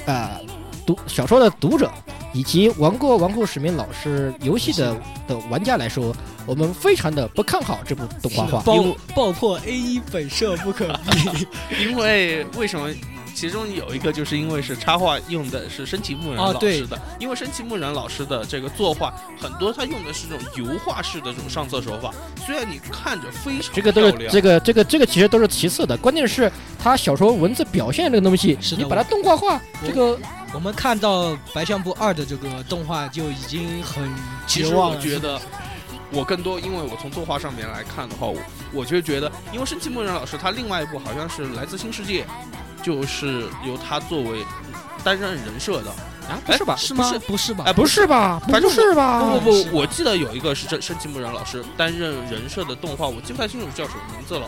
啊、读小说的读者，以及玩过《纨绔史明》老师游戏的的玩家来说，我们非常的不看好这部动画化。
爆爆破 A E 本社不可 避
因为为什么？其中有一个就是因为是插画用的是深崎木
哦
然老
对
师的，因为深崎木然老师的这个作画很多，他用的是这种油画式的这种上色手法，虽然你看着非常
这个都是
漂亮
这个这个这个其实都是其次的，关键是他小说文字表现这个东西
是，的
你把它动画化，
我
这个
我们看到《白相部二》的这个动画就已经很
其
绝
实
望
我
了。
觉得，我更多因为我从作画上面来看的话，我我就觉得，因为深崎木人老师他另外一部好像是《来自新世界》，就是由他作为担任人设的。
啊不是吧？
是
不
吗
是？
不是吧？
哎
呃不是吧？
反正
不是吧
不？
哦
不不，我记得有一个是深深崎木人老师担任人设的动画，我记不太清楚叫什么名字了。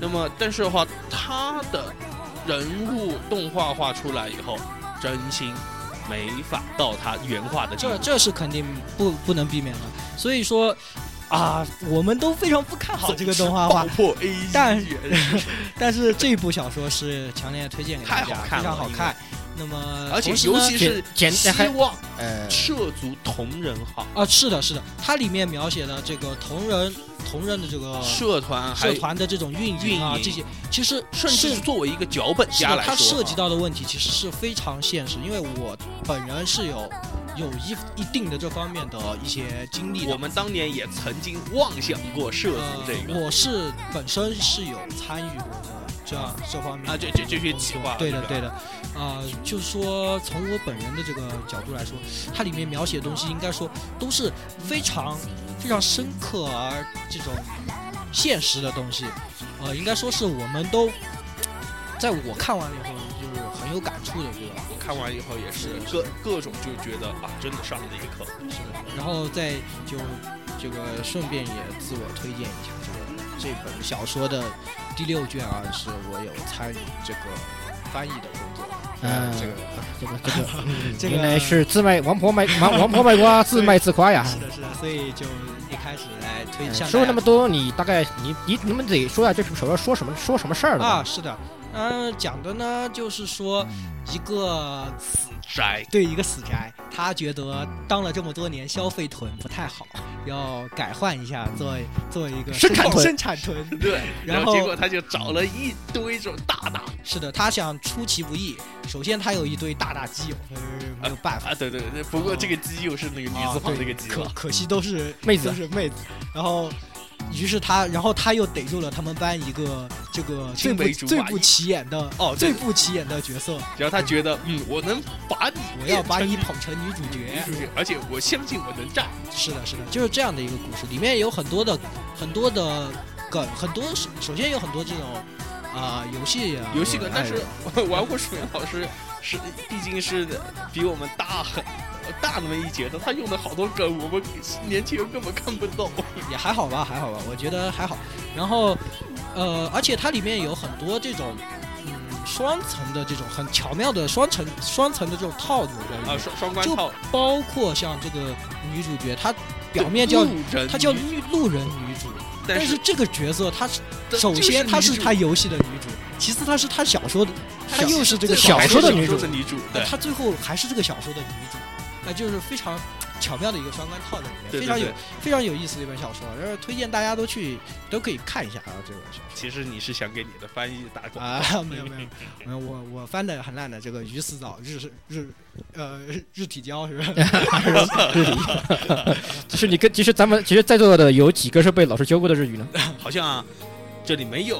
那么，但是的话，他的人物动画画出来以后，真心没法到他原画的地步
这。这是肯定不不能避免的。所以说啊，我们都非常不看好这个动画化
爆，破 A，
但但是这部小说是强烈推荐给大
太
家，
好看了
非常好
因为
看。那么，
而且
同时
尤
呢
其是
简
希
简还
望
嗯
呃，
涉足同人行、
啊，是的，是的，它里面描写的这个同人同人的这个
社团还
嗯社
有，
团的这种运营啊，
运营
这些其实
甚
是
至是作为一个脚本
是
家
的
来说
它
啊，
涉及到的问题其实是非常现实，因为我本人是有有一一定的这方面的一些经历的
我。们当年也曾经妄想过涉足
呃
这，个、
我是本身是有参与过的这这方面
啊，这这这些企划，
对的，对
的，
的，啊、就是说从我本人的这个角度来说，它里面描写的东西应该说都是非常非常深刻而这种现实的东西，呃，应该说是我们都在我看完了以后就是很有感触的这个。
我看完以后也是各各种就觉得啊，真的上了一课。
是的，然后再就这个顺便也自我推荐一下这个这本小说的第六卷啊，是我有参与这个翻译的工作，呃，
嗯
这个
这个这个，
这
嗯
个
原来是自卖王婆卖王王婆卖瓜，自卖自夸 呀。
是的，是的，所以就一开始来推
啊嗯
向
说了
大家
那么多，你大概你你你们得说下这首首要说什么说什么事儿了吧嗯
啊，？是的，嗯、讲的呢就是说一个
死宅，
对一个死宅，他觉得当了这么多年消费臀不太好，要改换一下，做做一个
嗯生产臀
生产臀
对，
然
然
后
结果他就找了一堆这种大大
是的，他想出其不意。首先，他有一堆大大基友，呃没有办法。
啊，对对对，不过这个鸡又是那个女字旁
啊对
那个鸡
可
了，
可惜都是
妹子
都是妹子。然后，于是他，然后他又逮住了他们班一个这个最
青
不
梅竹马
最不起眼的
哦
最不起眼的角色，
只要他觉得嗯，我能把你，
我要把你捧成啊女主角。
出去，而且我相信我能站。
是的，是的，就是这样的一个故事，里面有很多的很多的梗，很多首首先有很多这种啊、游戏啊
游戏梗，但是
哎
玩过水老师是毕竟是比我们大很呃大那么一截的，他用的好多梗我们年轻人根本看不懂。
也还好吧，还好吧，我觉得还好。然后，呃，而且它里面有很多这种，嗯，双层的这种很巧妙的双层双层的这种套路在里
啊，
面，
双双关
就
套，
包括像这个女主角，她表面叫
路人，
她叫女路人女主，
但
但是这个角色她是
这
首
这个
先她
女
是
主
她游戏的女主，其次她是她小说的，她
小
又是这个
最
小
好还
说
是
的女
小
主
的女主，
那
对
她最后还是这个小说的女主，那就是非常巧妙的一个双关套在里面，
对
非常
对
有
对。
非常有意思的一本小说，然后推荐大家都去都可以看一下啊，这本小
其实你是想给你的翻译打
说
广告，
啊，没有没有没有，我我翻的很烂的这个《鱼死藻》日日呃日日体交是吧？
就是你跟其实咱们其实在座的有几个是被老师教过的日语呢？
好像这里没有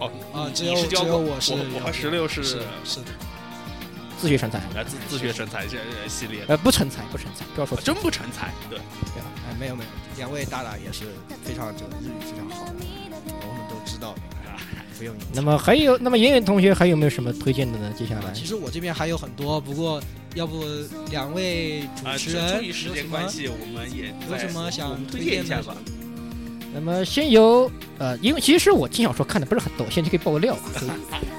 哦
啊，只
你
有
你是
只
教
有
过
我是
我
摇
我和
滚
石榴是
是是的，
自学成才，
来自自学成才这呃系列的，啊
呃，不成才，不成才，不要
哎
说
真不成才，对，
对吧？哎，没有没有，两位大大也是非常这个日语非常好的，我们都知道的，哎不用你
那么还有，那么妍妍同学还有没有什么推荐的呢？接下
啊
来，
其实我这边还有很多，不过要不两位主
啊，
持
出
人
于时间关系，我们也
有什么有什么
我
想
们推荐一
的
下
是
吧
吗？？
那么先由呃，因为其实我轻小说看的不是很多，我现在就可以爆料啊。所以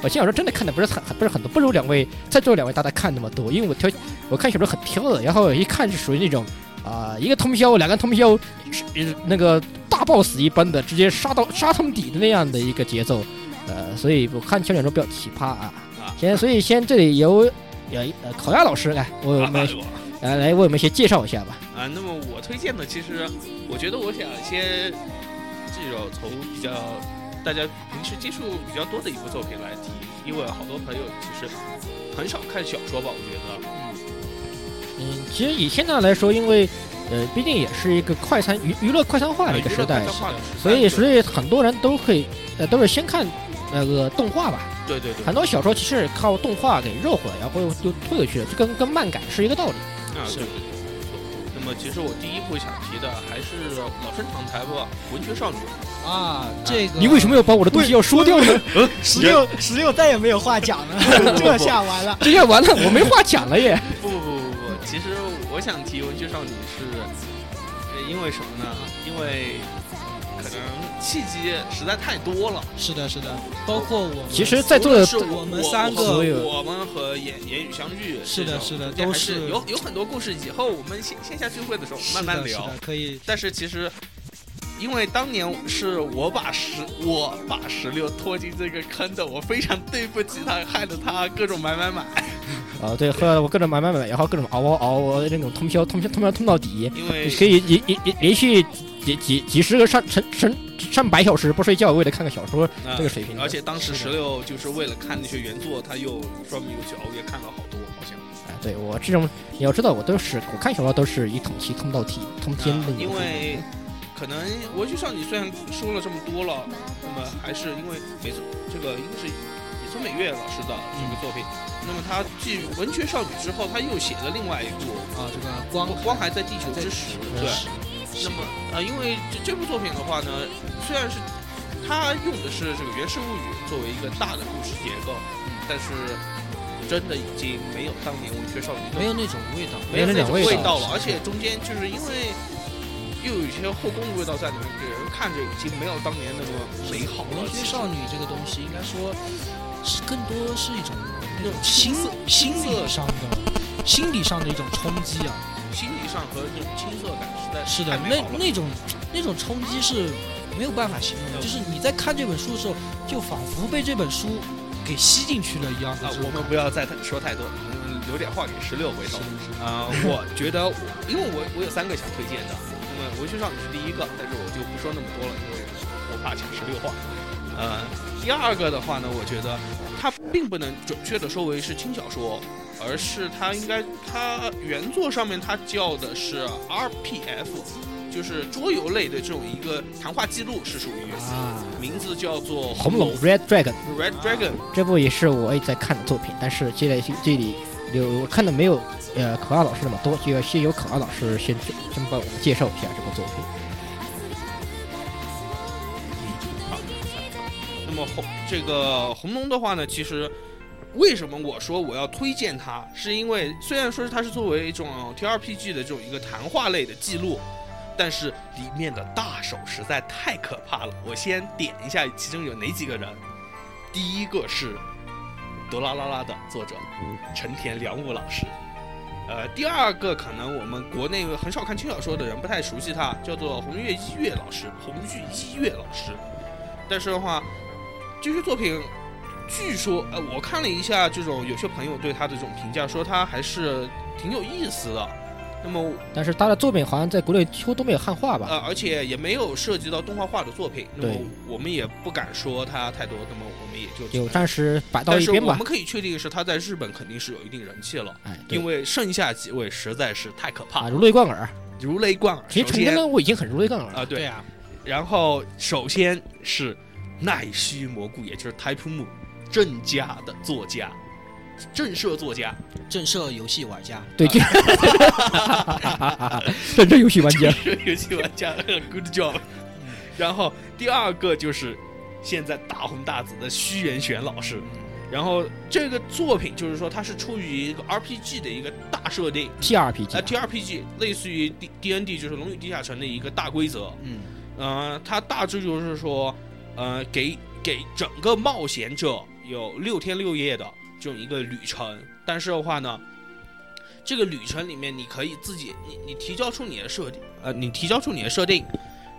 我轻小说真的看的不是很不是很多，不如两位在座两位大大看那么多，因为我挑我看小说很挑的，然后一看是属于那种啊、一个通宵，两个通宵，是呃那个大 boss 一般的，直接杀到杀他们底的那样的一个节奏，呃，所以我看轻小说比较奇葩啊
啊。
先所以先这里由呃呃烤鸭老师来为
呃
我
啊
们来来为我们先介绍一下吧。
啊，那么我推荐的，其实我觉得我想先这种从比较大家平时接触比较多的一部作品来提，因为好多朋友其实很少看小说吧，我觉得。
嗯，其实以现在来说，因为呃，毕竟也是一个快餐娱啊娱乐快餐
啊
化的一个时代，所以所
是
以很多人都会呃都是先看那个动画吧。
对对对
很多小说其实也靠动画给热火，然后又又退回去了，这跟跟漫改是一个道理。
啊对对对。那么其实我第一部想提的还是老生常谈吧，《文学少女》。
啊，这个
你为什么要把我的东西要说掉呢？
嗯，
十六十六再也没有话讲了，这下完了。
这下完了，我没话讲了耶。
不不不不不，其实我想提《文具少女》是，呃因为什么呢？因为可能契机实在太多了。
是的，是的，包括我们
其实在座的
是
我们三
我
个
所有
我们和言言语相遇，
是
这
的
种
是的
这
都
还是
是
有有很多故事，以后我们线线下聚会的时候慢慢
是的
聊
是。的可以
但是其实，因为当年是我把石我把石榴拖进这个坑的，我非常对不起他，害得他各种买买买。
啊，对，后来我各种买买买，然后各种熬熬熬，我那种通宵通宵通宵通到底，
因为
可以连连连连续几几几十个上上上上百小时不睡觉，为了看个小说，
啊
这个水平的
而且当时
是
石
的
榴就是为了看那些原作，他又专门又去熬夜看了好多，好像。
哎，对我这种，你要知道，我都是我看小说都是一统期通到底，通天的、
啊因为可能《文学少女》虽然说了这么多了，那么还是因为美村这个应该是美村美月老师的这个作品。那么他继《文学少女》之后，他又写了另外一部
啊，这个
《
光
光还在地球之时》。对，那么呃，因为这这部作品的话呢，虽然是它用的是这个《源氏物语》作为一个大的故事结构，但是真的已经没有当年《文学少女》那
没有那种味道，
没有那
那
种
种
味
味
道
道
了，而且中间就是因为又有一些后宫的味道在里面，给人看着已经没有当年那么美好了。
文
其
学
实
少女这个东西，应该说是更多是一种那种
青
心
涩
心
青涩
理上的心理上的一种冲击啊。
心理上和那种青涩感实在
是的
太，美
那
好了
那种那种冲击是没有办法形容的，就是你在看这本书的时候，就仿佛被这本书给吸进去了一样的
啊
这，
我
种感觉。
们不要再说太多，我们留点话给十六回头。啊、我觉得我，因为我我有三个想推荐的，那么文学少女是第一个，但是我就不说那么多了，因为我怕抢十六话。呃，第二个的话呢，我觉得它并不能准确的说为是轻小说，而是它应该它原作上面它叫的是 RPF，就是桌游类的这种一个谈话记录，是属于
啊。
名字叫做《
红龙 （Red Dragon）
Red Dragon》。
这部也是我也在看的作品，但是这里这里有我看的没有呃口二老师那么多，就要先由口二老师先先帮我们介绍一下这部作品。
那么红这个红龙的话呢，其实为什么我说我要推荐它，是因为虽然说它是作为一种 T R P G 的这种一个谈话类的记录，但是里面的大手实在太可怕了。我先点一下其中有哪几个人，第一个是《德拉拉拉》的作者成田良悟老师。呃，第二个可能我们国内很少看轻小说的人不太熟悉他，叫做红月一月老师，红剧一月老师。但是的话，这些作品，据说，呃，我看了一下，这种有些朋友对他的这种评价，说他还是挺有意思的。那么，
但是他的作品好像在国内几乎都没有汉化吧？
呃，而且也没有涉及到动画化的作品，那么
对
我们也不敢说他太多，那么我们也就只
就
能
暂时摆到
但
一
是
边
我
吧
们。可以确定是他在日本肯定是有一定人气了，
哎，对
因为剩下几位实在是太可怕
啊，
了，
如雷贯耳。
如雷贯耳。
其实
首
成天
先呃
呢，我已经很如雷贯耳
啊，
了。
对，
啊，
然后首先是奈须蘑菇，也就是 Type Moon 正家的作家，正社作家，
震慑游戏玩家，
对， 这认真游戏玩家，
游戏玩家，Good job。然后第二个就是现在大红大紫的虚元玄老师，然后这个作品就是说它是出于一个 RPG 的一个大设定，呃
TRPG，
，TRPG 类似于 D D N D 就是《龙与地下城》的一个大规则，
嗯
呃，它大致就是说，呃，给给整个冒险者有六天六夜的这种一个旅程，但是的话呢，这个旅程里面你可以自己，你你提交出你的设定，呃，你提交出你的设定，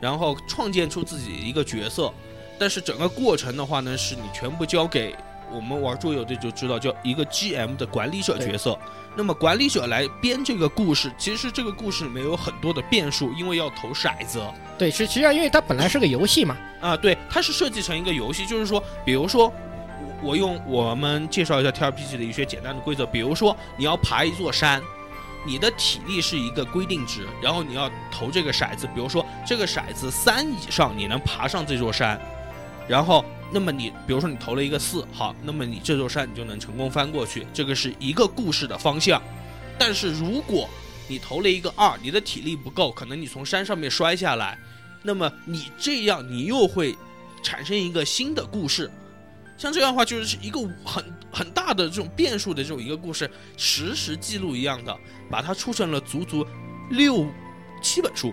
然后创建出自己一个角色，但是整个过程的话呢，是你全部交给我们玩桌游的就知道，叫一个 GM 的管理者角色。那么管理者来编这个故事，其实这个故事里面有很多的变数，因为要投骰子。
对，是实际上因为它本来是个游戏嘛，
啊，对，它是设计成一个游戏，就是说，比如说，我我用我们介绍一下 TRPG 的一些简单的规则，比如说你要爬一座山，你的体力是一个规定值，然后你要投这个骰子，比如说这个骰子三以上你能爬上这座山，然后那么你比如说你投了一个四，好，那么你这座山你就能成功翻过去，这个是一个故事的方向。但是如果你投了一个二，你的体力不够，可能你从山上面摔下来，那么你这样你又会产生一个新的故事。像这样的话，就是一个很很大的这种变数的这种一个故事，实时记录一样的，把它出成了足足六七本书，《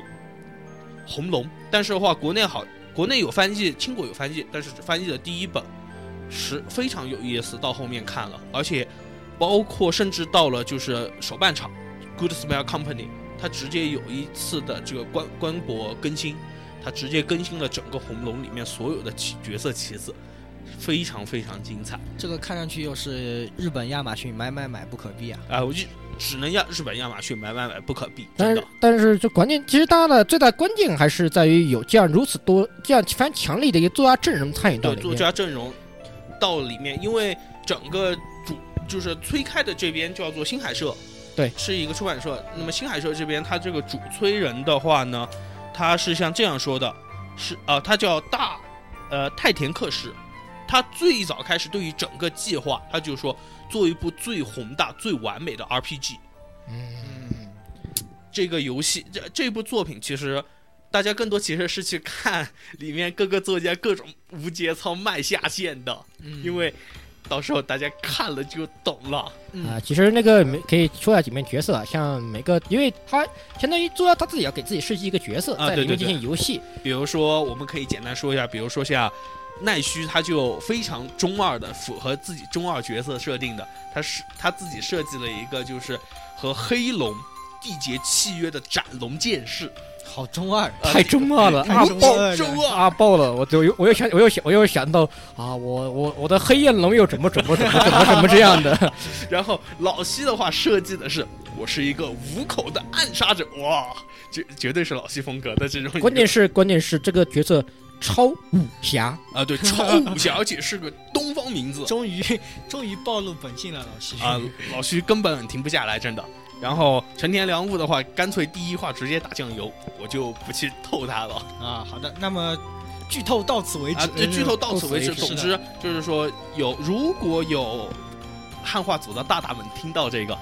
红龙》。但是的话，国内好，国内有翻译，清国有翻译，但是只翻译了第一本，是非常有意思。到后面看了，而且包括甚至到了就是手办厂，Good Smell Company，它直接有一次的这个官官博更新，它直接更新了整个《红龙》里面所有的角角色旗子，非常非常精彩。
这个看上去又是日本亚马逊买买买不可避啊。
啊、我就只能亚日本亚马逊买买买不可避，
但
真
是
的。
但是这关键，其实它的最大关键还是在于有这样如此多这样非常强力的一个作家阵容参与到
对，
里
作
面，
家阵容到里面，因为整个主就是催开的这边叫做新海社，
对，
是一个出版社。那么新海社这边，他这个主催人的话呢，他是像这样说的，是啊，他叫大呃太田克史。他最早开始对于整个计划，他就说做一部最宏大、最完美的 RPG。
嗯，
这个游戏这这部作品，其实大家更多其实是去看里面各个作家各种无节操卖下限的，嗯
嗯
因为到时候大家看了就懂了。
啊，其实那个每可以说下几名角色啊，像每个，因为他相当于作家他自己要给自己设计一个角色，
啊
在
对
里面
对啊
进行游戏，
比如说，我们可以简单说一下，比如说像奈须，他就非常中二的，符合自己中二角色设定的，他是他自己设计了一个就是和黑龙。缔结契约的斩龙剑士，
好中二，
呃
太中二了，
太
啊
中二了
中二
啊爆了！我就我又想我又想我又想到啊，我我我的黑焰龙又怎么怎么怎么怎么怎么这样的，
然后老西的话设计的是，我是一个五口的暗杀者，哇，绝绝对是老西风格的这种一个。
关键是关键是这个角色超武侠，
啊， 对，超武侠，而且是个东方名字
终于终于暴露本性了，老师
呃啊，老徐根本停不下来，真的。然后成田良悟的话，干脆第一话直接打酱油，我就不去透他了
啊！好的，那么剧透到此
哎
为
啊
止。。
呃
呃
这剧透到此为止。
到此为止
总
是
之就是说，有如果有汉化组的大大们听到这个。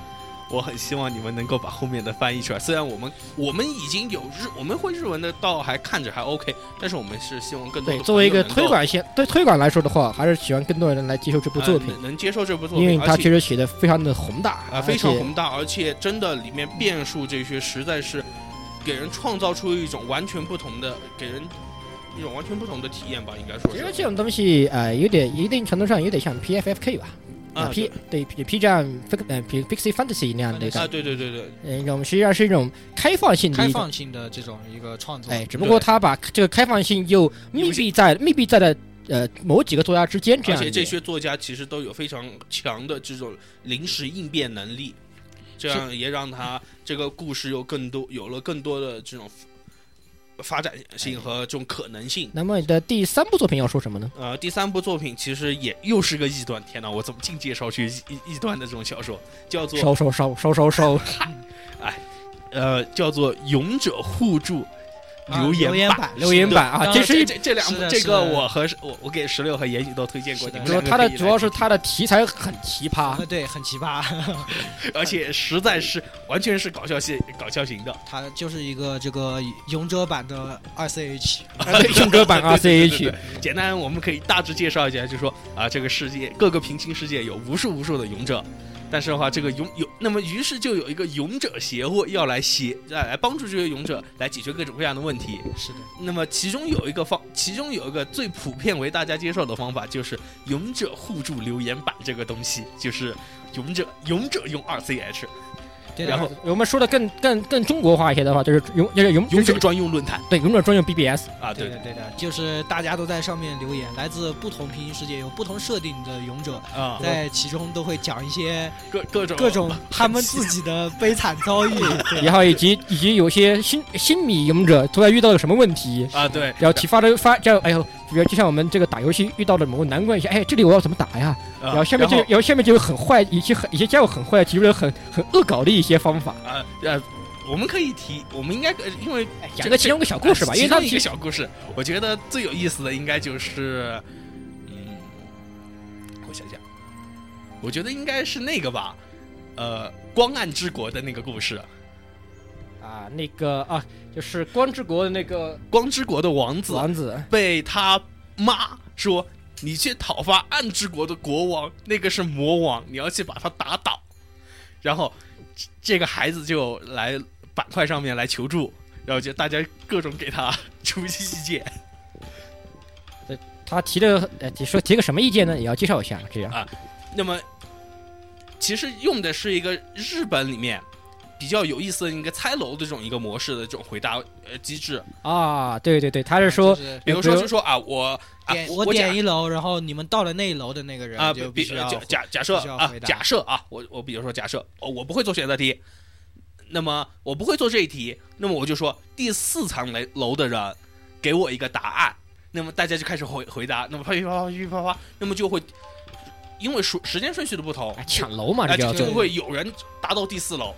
我很希望你们能够把后面的翻译出来，虽然我们我们已经有日我们会日文的，倒还看着还 OK，但是我们是希望更多
对，
嗯的
作为一个
朋友能
推
够
广线对推广来说的话，还是喜欢更多人来接受这部
呃
作品，
能能接受这部作
因
品，
为
而
它
且
确实写的非常的宏大
啊，非常
而且
宏大，而且真的里面变数这些实在是给人创造出一种完全不同的，给人一种完全不同的体验吧，应该说
其
是
实这种东西，呃，有点一定程度上有点像 PFFK 吧，
啊对
P 对 P P 站 Fic- 呃 P Pixie Fantasy 那样的一
啊，
个，
对对对对，
呃一种实际上是一种开放性的
开
一种，
放性的这种一个创作，
嗯哎，只不过
对
他把这个开放性又密闭在密闭在了呃某几个作家之间这
而
样的
且
一个，
这些作家其实都有非常强的这种临时应变能力，这样也让他这个故事有更多有了更多的这种发展
哎
性和这种可能性。
那么你的第三部作品要说什么呢？
呃，第三部作品其实也又是个异端，天哪，我怎么净介绍去异异异端的这种小说？叫做
烧烧 烧烧烧烧，
呃，叫做《勇者互助
啊
留言
言
板
板
留言
是的
板啊，
啊
这是一
这这两
是的
这
是
个
的
我和我我给石榴和严谨都推荐过，
是
你
的
们
比如说
两个
它的
可以
主要
来
是它的题材很奇葩
啊，，对，很奇葩。
而且实在是完全是搞笑系搞笑型的，
它就是一个这个勇者版的二 CH，
勇者版
啊
RCH，
简单，我们可以大致介绍一下，就是说啊，这个世界各个平行世界有无数无数的勇者，但是的话，这个勇有那么于是就有一个勇者协会要来协呃来来帮助这些勇者来解决各种各样的问题。
是的，
那么其中有一个方，其中有一个最普遍为大家接受的方法，就是勇者互助留言板这个东西，就是勇者勇者用二 CH，
对的
然后
我们说的更更更中国化一些的话，就是勇就是勇
勇者专用论坛
对勇者专用 BBS，
啊，
对
对
的，对的，就是大家都在上面留言，来自不同平行世界、有不同设定的勇者，
啊，
在其中都会讲一些
各各种
各种他们自己的悲惨遭遇。对
然后以及以及有些新新米勇者突然遇到了什么问题，
啊，对，
然后提发的发叫哎呦，比如就像我们这个打游戏遇到的某个难关一样，哎，这里我要怎么打呀？
啊
然后下面就然后下面就有很坏，一些很一些家伙很坏，提出了很很恶搞的一些方法，
啊呃，我们可以提，我们应该呃因为啊
哎讲个其中一个小故事吧，因为
其
他
中
们
一个小故事，我觉得最有意思的应该就是，嗯，我想想，我觉得应该是那个吧，呃，光暗之国的那个故事，
啊那个啊就是光之国的那个
光之国的王子
王子，
被他妈说。你去讨伐暗之国的国王，那个是魔王，你要去把他打倒。然后这这个孩子就来板块上面来求助，然后就大家各种给他出一些意见。
他提的呃你说提个什么意见呢？也要介绍一下这样。
那么，其实用的是一个日本里面比较有意思的一个猜楼的这种一个模式的这种回答呃机制。
啊，对对对，他是说
就是
比如
比
说，
如
就说啊，我啊
点，
我
我点一楼，然后你们到了那一楼的那个人
啊，比
就
比
必须
假
要
假假设
必须要
啊
回，答
假设啊，我我比如说假设，哦，我不会做选择题，那么我不会做这一题，那么我就说第四层楼楼的人给我一个答案，那么大家就开始回回答，那么噼噼啪啪噼噼啪啪，那么就会因为数时间顺序的不同
哎，抢楼嘛，这
那
叫
啊就
做
就会有人达到第四楼，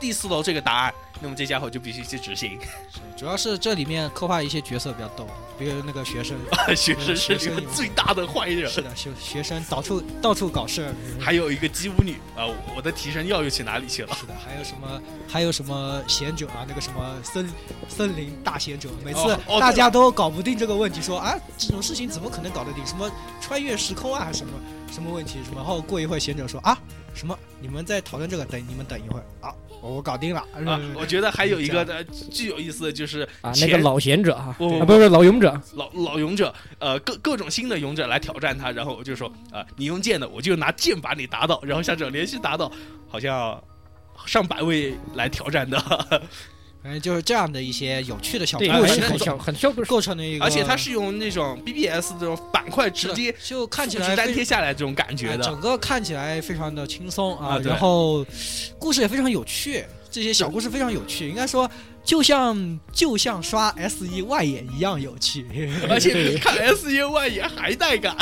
第四楼这个答案，那么这家伙就必须去执行。
是主要是这里面刻画一些角色比较逗，比如那个 学嗯生，
学生是里面最大的坏人，
是的，学学生到处到处 搞事儿，
还有一个姬舞女啊、我的提神药又去哪里去了？
是的，还有什么还有什么贤者啊，那个什么森森林大贤者，每次
哦哦
大家都搞不定这个问题，说啊这种事情怎么可能搞得定？什么穿越时空啊，什么什么问题什么？然后过一会儿贤者说啊什么你们在讨论这个，等你们等一会儿啊，我我搞定了嗯
啊，我觉得还有一个
这
呃巨有意思的就是
啊那
前
个老贤者啊，
不不
啊不是老勇者，
老老勇者，呃，各各种新的勇者来挑战他，然后我就说，呃，你用剑的，我就拿剑把你打倒，然后像这种连续打倒，好像上百位来挑战的，
反正嗯就是这样的一些有趣的小故啊
对，
哎
还
事
是
那
很
种
小很小故事。
构成的一 个，
而且他是用那种 BBS 这种板块直接
就看起
复制
来
粘
非
贴下来这种感觉
哎
的。
整个看起来非常的轻松啊，
啊对
然后故事也非常有趣，这些小故事非常有趣，应该说就像就像刷 S E 外眼一样有趣。
而且比看 S U Y 也还带感。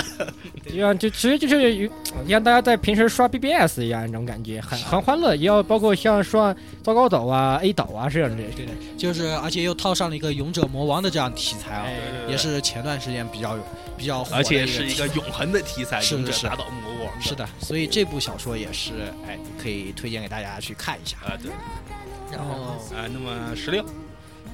就像就其实就是有像大家在平时刷 BBS 一样那种感觉，很很欢乐。也要包括像刷糟糕岛啊、A 岛啊这样的。
对的，就是而且又套上了一个勇者魔王的这样题材啊，也是前段时间比较有比较火的
哎而且
个
是一
题
个永恒的题材，
是
勇者
是
打倒魔王。
是
的，
的，所以这部小说也是哎可以推荐给大家去看一下。
啊对
然
哦
后
啊，那么十六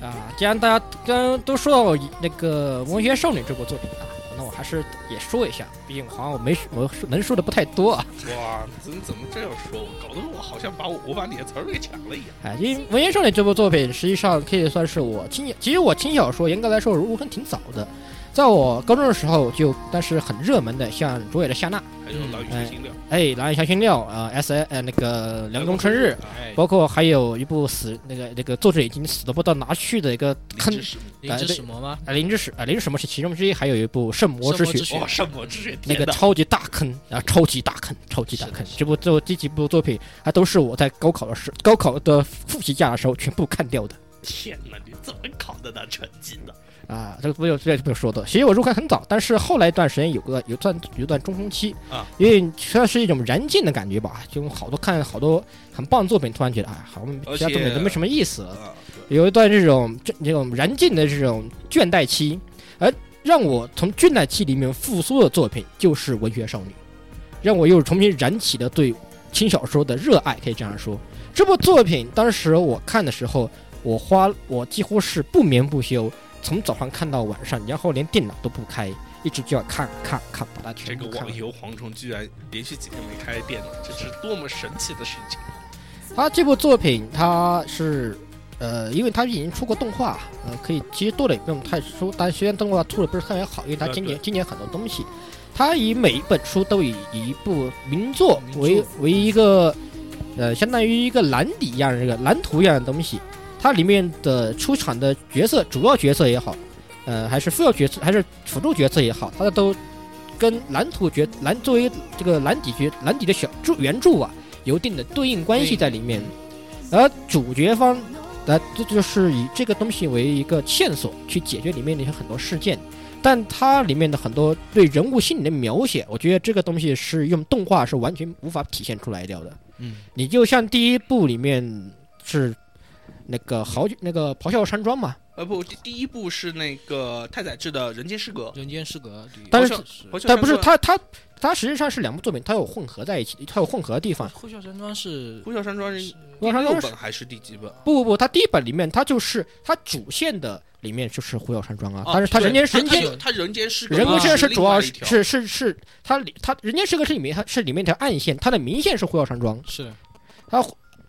啊，既然大家刚都说到那个《文学少女》这部作品啊，那我还是也说一下，毕竟好像我没我能说的不太多啊。
哇，怎么怎么这样说我？搞得我好像把我我把你的词儿给抢了一样。
哎，因为《文言少女》这部作品，实际上可以算是我轻，其实我轻小说严格来说入坑挺早的，在我高中的时候就，但是很热门的，像卓野的夏娜，
还有老雨
哎
星星料，
哎，《狼与香辛料》啊、s 呃那个《凉宫春日》，
哎，
包括还有一部死那个那个作者已经死的不知道哪去的一个坑
灵，之使命
灵之使魔吗？
啊，灵之使啊，灵之使么是其中之一，还有一部《圣魔之
圣魔
血
之》，
哇，圣魔之血
那
甜
个
的，
超级大坑啊，超级大坑，超级大
是的
坑
是。的
这部这这几部作品还都是我在高考的时高考的复习假的时候全部看掉的。
天哪，你
怎么考的那成绩呢？
啊，这个不有这个不有说的。其实我入坑很早，但是后来一段时间有个有段有段中空期
啊，
因为算是一种燃尽的感觉吧，就好多看好多很棒的作品，突然觉得哎，好像
而
其他作
且
品都没什么意思了。
啊，
有一段这种这这种燃尽的这种倦怠期，而让我从倦怠期里面复苏的作品就是《文学少女》，让我又重新燃起了对轻小说的热爱，可以这样说。这部作品当时我看的时候，我花我几乎是不眠不休，从早上看到晚上，然后连电脑都不开，一直就要看看看，把它
这
全
个
部看
网
完。
游蝗虫居然连续几天没开电脑，这是多么神奇的事情！
他这部作品，他是呃，因为他已经出过动画，呃，可以其实做的也不用太出，但虽然动画出的不是特别好，因为他
呃
今
对
年今年很多东西，他以每一本书都以以一部名作
名作
为为一个呃，相当于一个蓝底一样的这个蓝图一样的东西，它里面的出场的角色，主要角色也好，呃，还是副要角色，还是辅助角色也好，它都跟蓝图角蓝作为这个蓝底角蓝底的小著原著啊，有一定的对应关系在里面。而主角方，呃，这就是以这个东西为一个线索去解决里面的一些很多事件。但它里面的很多对人物心理的描写，我觉得这个东西是用动画是完全无法体现出来掉的。
嗯，
你就像第一部里面是那个好那个咆哮山庄嘛，
呃，不，第第一部是那个太宰治的《人间失格》，
人间失格，对
但
好
是
像好像
但不是
说
它它它实际上是两部作品，它有混合在一起，它有混合的地方。
呼啸山庄是
《呼啸山庄》是
是
呼啸山
第六
庄是
本还是第几本？啊
不不不，它第一本里面它就是它主线的里面就是呼啸山庄啊，
啊
但是它
对
人间人
他
间
有他人间失格，
人工智能是
另
主
外
要
一
是
条
是是是它里它人间失格是里面它是里面一条暗线，它的明线是呼啸山庄，
是的
它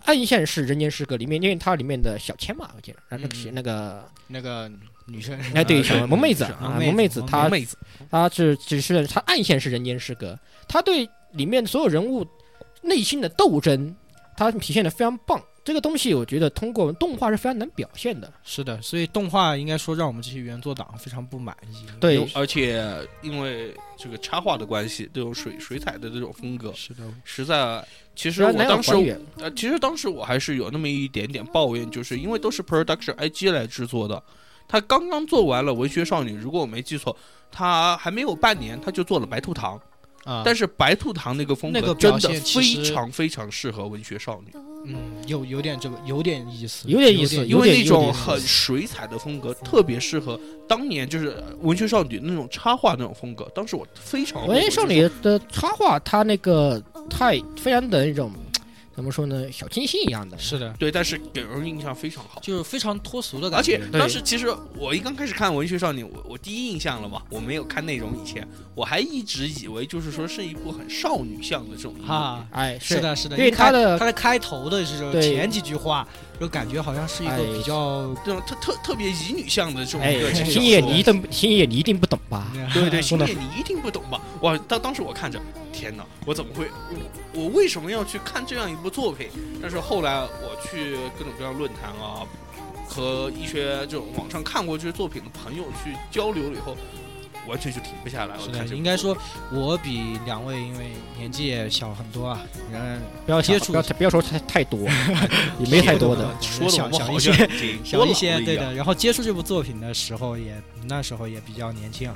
暗线是人间失格里面，因为它里面的小千嘛，我记得那个
嗯
谁那个
那个女生，
哎对
呃
小萌妹子啊
萌
萌妹子她
妹子
他是只是他暗线是人间失格，他对里面所有人物内心的斗争，他体现的非常棒。这个东西我觉得通过动画是非常难表现的。
是的，所以动画应该说让我们这些原作党非常不满意。
对
有而且因为这个插画的关系，这种水水彩的这种风格，
是的，
实在其实
虽
我
然难有
当时
还原，
呃，其实当时我还是有那么一点点抱怨，就是因为都是 Production IG 来制作的，他刚刚做完了《文学少女》，如果我没记错，他还没有半年，他就做了《白兔糖》，
啊，
但是《白兔糖》那个风
那
格
个
真
表
的
现其
非
实
常非常适合《文学少女》，
嗯，有有点这个，有点意思，
有点意思
有
因
有
为
点
那种
点
很水彩的风格特别适合当年就是呃《文学少女》那种插画那种风格，当时我非常
文言少女的插画，他那个太非常的那种怎么说呢，小清新一样的。
是的，
对，但是给人印象非常好。
就是非常脱俗的
而
感觉。
且当时其实我一刚开始看《文学少女》，我我第一印象了嘛，我没有看内容以前，我还一直以为就是说是一部很少女向的这种音乐
啊，
哎，
是的，是的，
因为
一开
它的
它的开头的这种
对
前几句话，就感觉好像是一
哎
个比较
这种特特特别乙女向的这种
哎
歌曲。，
星野你一定星野你一定不懂吧？
对对，
真
星
的
野啊你一定不懂吧？哇，当当时我看着，天哪，我怎么会，我我为什么要去看这样一部作品？但是后来我去各种各样论坛啊，和一些这种网上看过这些作品的朋友去交流了以后，完全就停不下来。
是
我
的，
看这部
应该
作
说我比两位因为年纪也小很多啊，然
不要
接
想
触
不要不要说太太 多，也没太多的。
品说的我
想
们
想
好
一
像
些
已经
小
多
一些，
老了
对
样
的。然后接触这部作品的时候也那时候也比较年轻啊，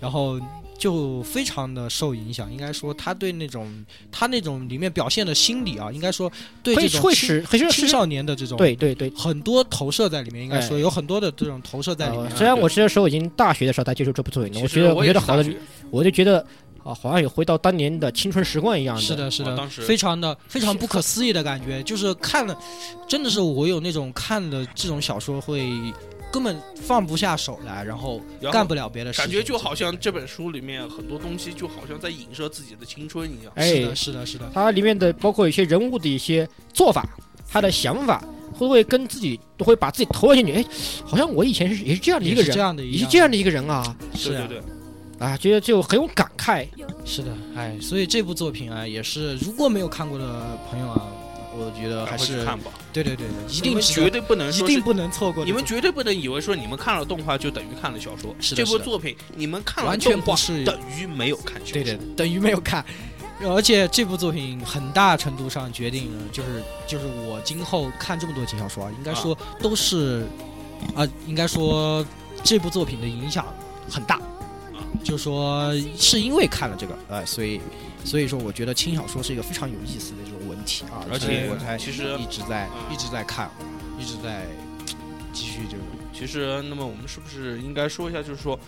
然后就非常的受影响。应该说他对那种他那种里面表现的心理啊，应该说对
会
这种
会
青
使会使
青少年的这种
对对对，
很多投射在里面，应该说
哎
有很多的这种投射在里
呃
面啊。
虽然我是那时候已经大学的时候才接触这部作品了，
其
我
实
觉得
我
觉
也
得
是
好
大
的
学，
我就觉得啊，好像也回到当年的青春时光哦一样
是的，是
我
的，
哦当时
非常 的非常不可思议的感觉，就是看了，真的是我有那种看了这种小说会根本放不下手来，然后
然后
干不了别的事情，
感觉就好像这本书里面很多东西就好像在影射自己的青春一样。
哎
是的，是的，是的，
它里面的包括一些人物的一些做法，他的想法，会不会跟自己都会把自己投射进去？哎，好像我以前是也是这样的一
也
个
是这
人，
样的一
也
样
是这样的一个人啊
是
对
啊
对对，
啊，觉得就很有感慨。
是的，哎，所以这部作品啊，也是如果没有看过的朋友啊，我觉得还
赶快去
是
看吧，
对对对，一
你
定
们
值
绝
得
对不能
一
说是
定不能错过的
你
作品，
们绝对不能以为说你们看了动画就等于看了小说，
是的
这部
是的
作品你们看了
完全
动
不
画
是
等于没有看小说。
对对，等于没有看。而且这部作品很大程度
啊
上决定了，就是就是我今后看这么多轻小说，啊，应该说都是啊，应该说这部作品的影响很大，
啊
就说是因为看了这个，呃，所以所以说我觉得轻小说是一个非常有意思的这种文体啊，
而
所以
且
我才
其实
一直在
嗯
一直在看，一直在继续这个。
其实，那么我们是不是应该说一下，就是说，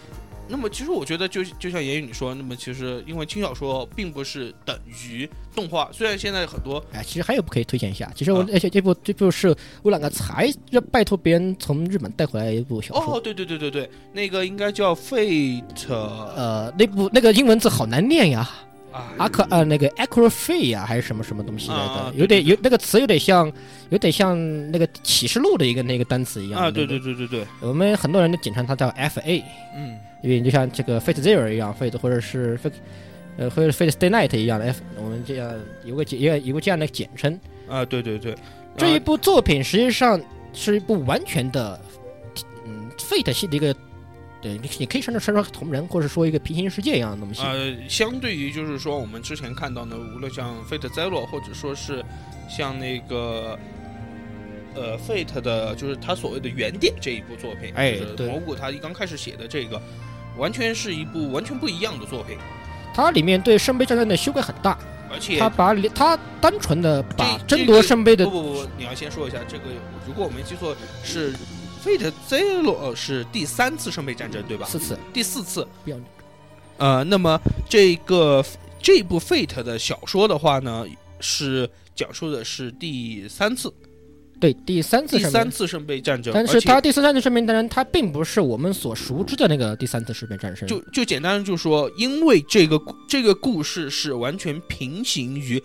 那么其实我觉得就就像言语你说，那么其实因为轻小说并不是等于动画，虽然现在很多
哎，其实还有部可以推荐一下，其实我
啊
而且这部这部是我两个才拜托别人从日本带回来一部小
哦，
说，
对对对对对，那个应该叫 Fate
呃，那部那个英文字好难念呀，
啊
阿克呃那个 a c r o f e 呀还是什么什么东西来
啊
的，
对
有点
对
有那个词有点像有点像那个启示录的一个那个单词一样
啊，
那
对对
个
对对对，
我们很多人都简称它叫 FA，
嗯，
因为就像这个 Fate Zero 一样，Fate 或者是 Fate，呃，或者 Fate Stay Night 一样的 F，我们这样有个简有个有个这样的简称。
啊，对对对，
这一
啊
部作品实际上是一部完全的，嗯，Fate 系的一个，对，你你可以称之称作同人，或者说一个平行世界一样的东西。
呃，相对于就是说我们之前看到的，无论像 Fate Zero 或者说是像那个。呃，Fate 的就是他所谓的原点这一部作品，
哎
就是
对
蘑菇他一刚开始写的这个，完全是一部完全不一样的作品，
它里面对圣杯战争的修改很大，
而且
它把里它单纯的把
这
争夺圣杯的
不不不，你要先说一下这个，如果我没记错是 Fate Zero 呃是第三次圣杯战争对吧？
四次
第四次
标
呃，那么这个这部 Fate 的小说的话呢，是讲述的是第三次
对第三次
第
圣杯
三。次圣杯战争，
但
而
是
且
它第三次圣杯战争，它并不是我们所熟知的那个第三次圣杯战争，
就就简单就说，因为这个故这个故事是完全平行于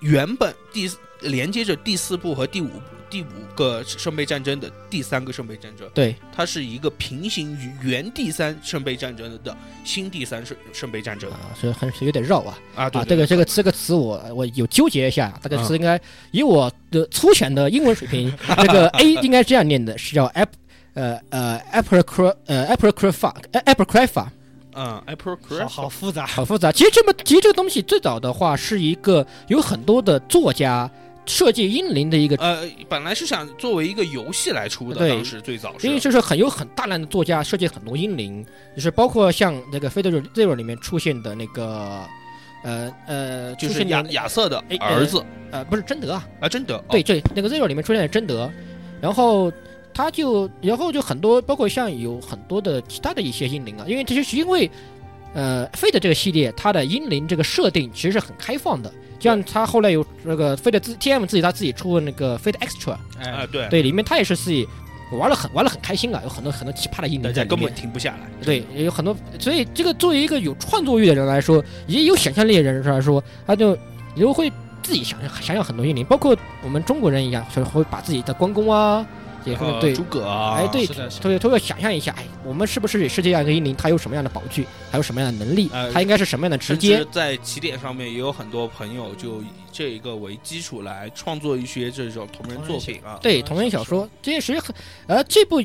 原本第四连接着第四部和第五第五个圣杯战争的第三个圣杯战争，
对，
它是一个平行于原第三圣杯战争的新第三圣圣杯战争
啊，所以很有点绕啊
啊，对
啊，
对对
这个这个这个词我我有纠结一下，这个
嗯
词应该以我的粗浅的英文 水平，这个 A 应该这样念的，是叫 app 呃呃 apocry 呃 apocrypha apocrypha，
嗯 a p r o c r
好
a
好复杂。
好复杂。其实这么其实这个东西最早的话是一个有很多的作家设计英灵的一个，
呃，本来是想作为一个游戏来出的，
对
当时最早是
因为就是很有很大量的作家设计很多英灵，就是包括像那个《f a t e Zero》里面出现的那个呃呃
就
出
是
现
亚
的
亚瑟的
哎呃
儿子
呃不是贞德啊。
啊，真的
对，对，那个 Zero 里面出现的贞德，然后他就，然后就很多，包括像有很多的其他的一些英灵啊，因为这就是因为，呃，Fate 这个系列它的英灵这个设定其实是很开放的，就像他后来有那个 Fate 自 TM 自己他自己出的那个 Fate Extra，
哦啊
哎，
对，
对，里面他也是自己玩了很玩了很开心啊，有很多很多奇葩的英
大
灵
家
在里
根本
面。
停不下来，
对，也有很多，所以这个作为一个有创作欲的人来说，也有想象力的人来说，他就也会自己想想要很多英灵，包括我们中国人一样，就是会把自己的关公啊，也会
呃
对
诸，葛啊，
哎对
是的，是的
所以他会想象一下，哎，我们是不是也是这样一个英灵，他有什么样的宝具，还有什么样的能力
呃，
他应该是什么样的直
甚
接
至，在起点上面也有很多朋友就以这一个为基础来创作一些这种同人作品啊，
对，同人小说，这也是很，呃，这部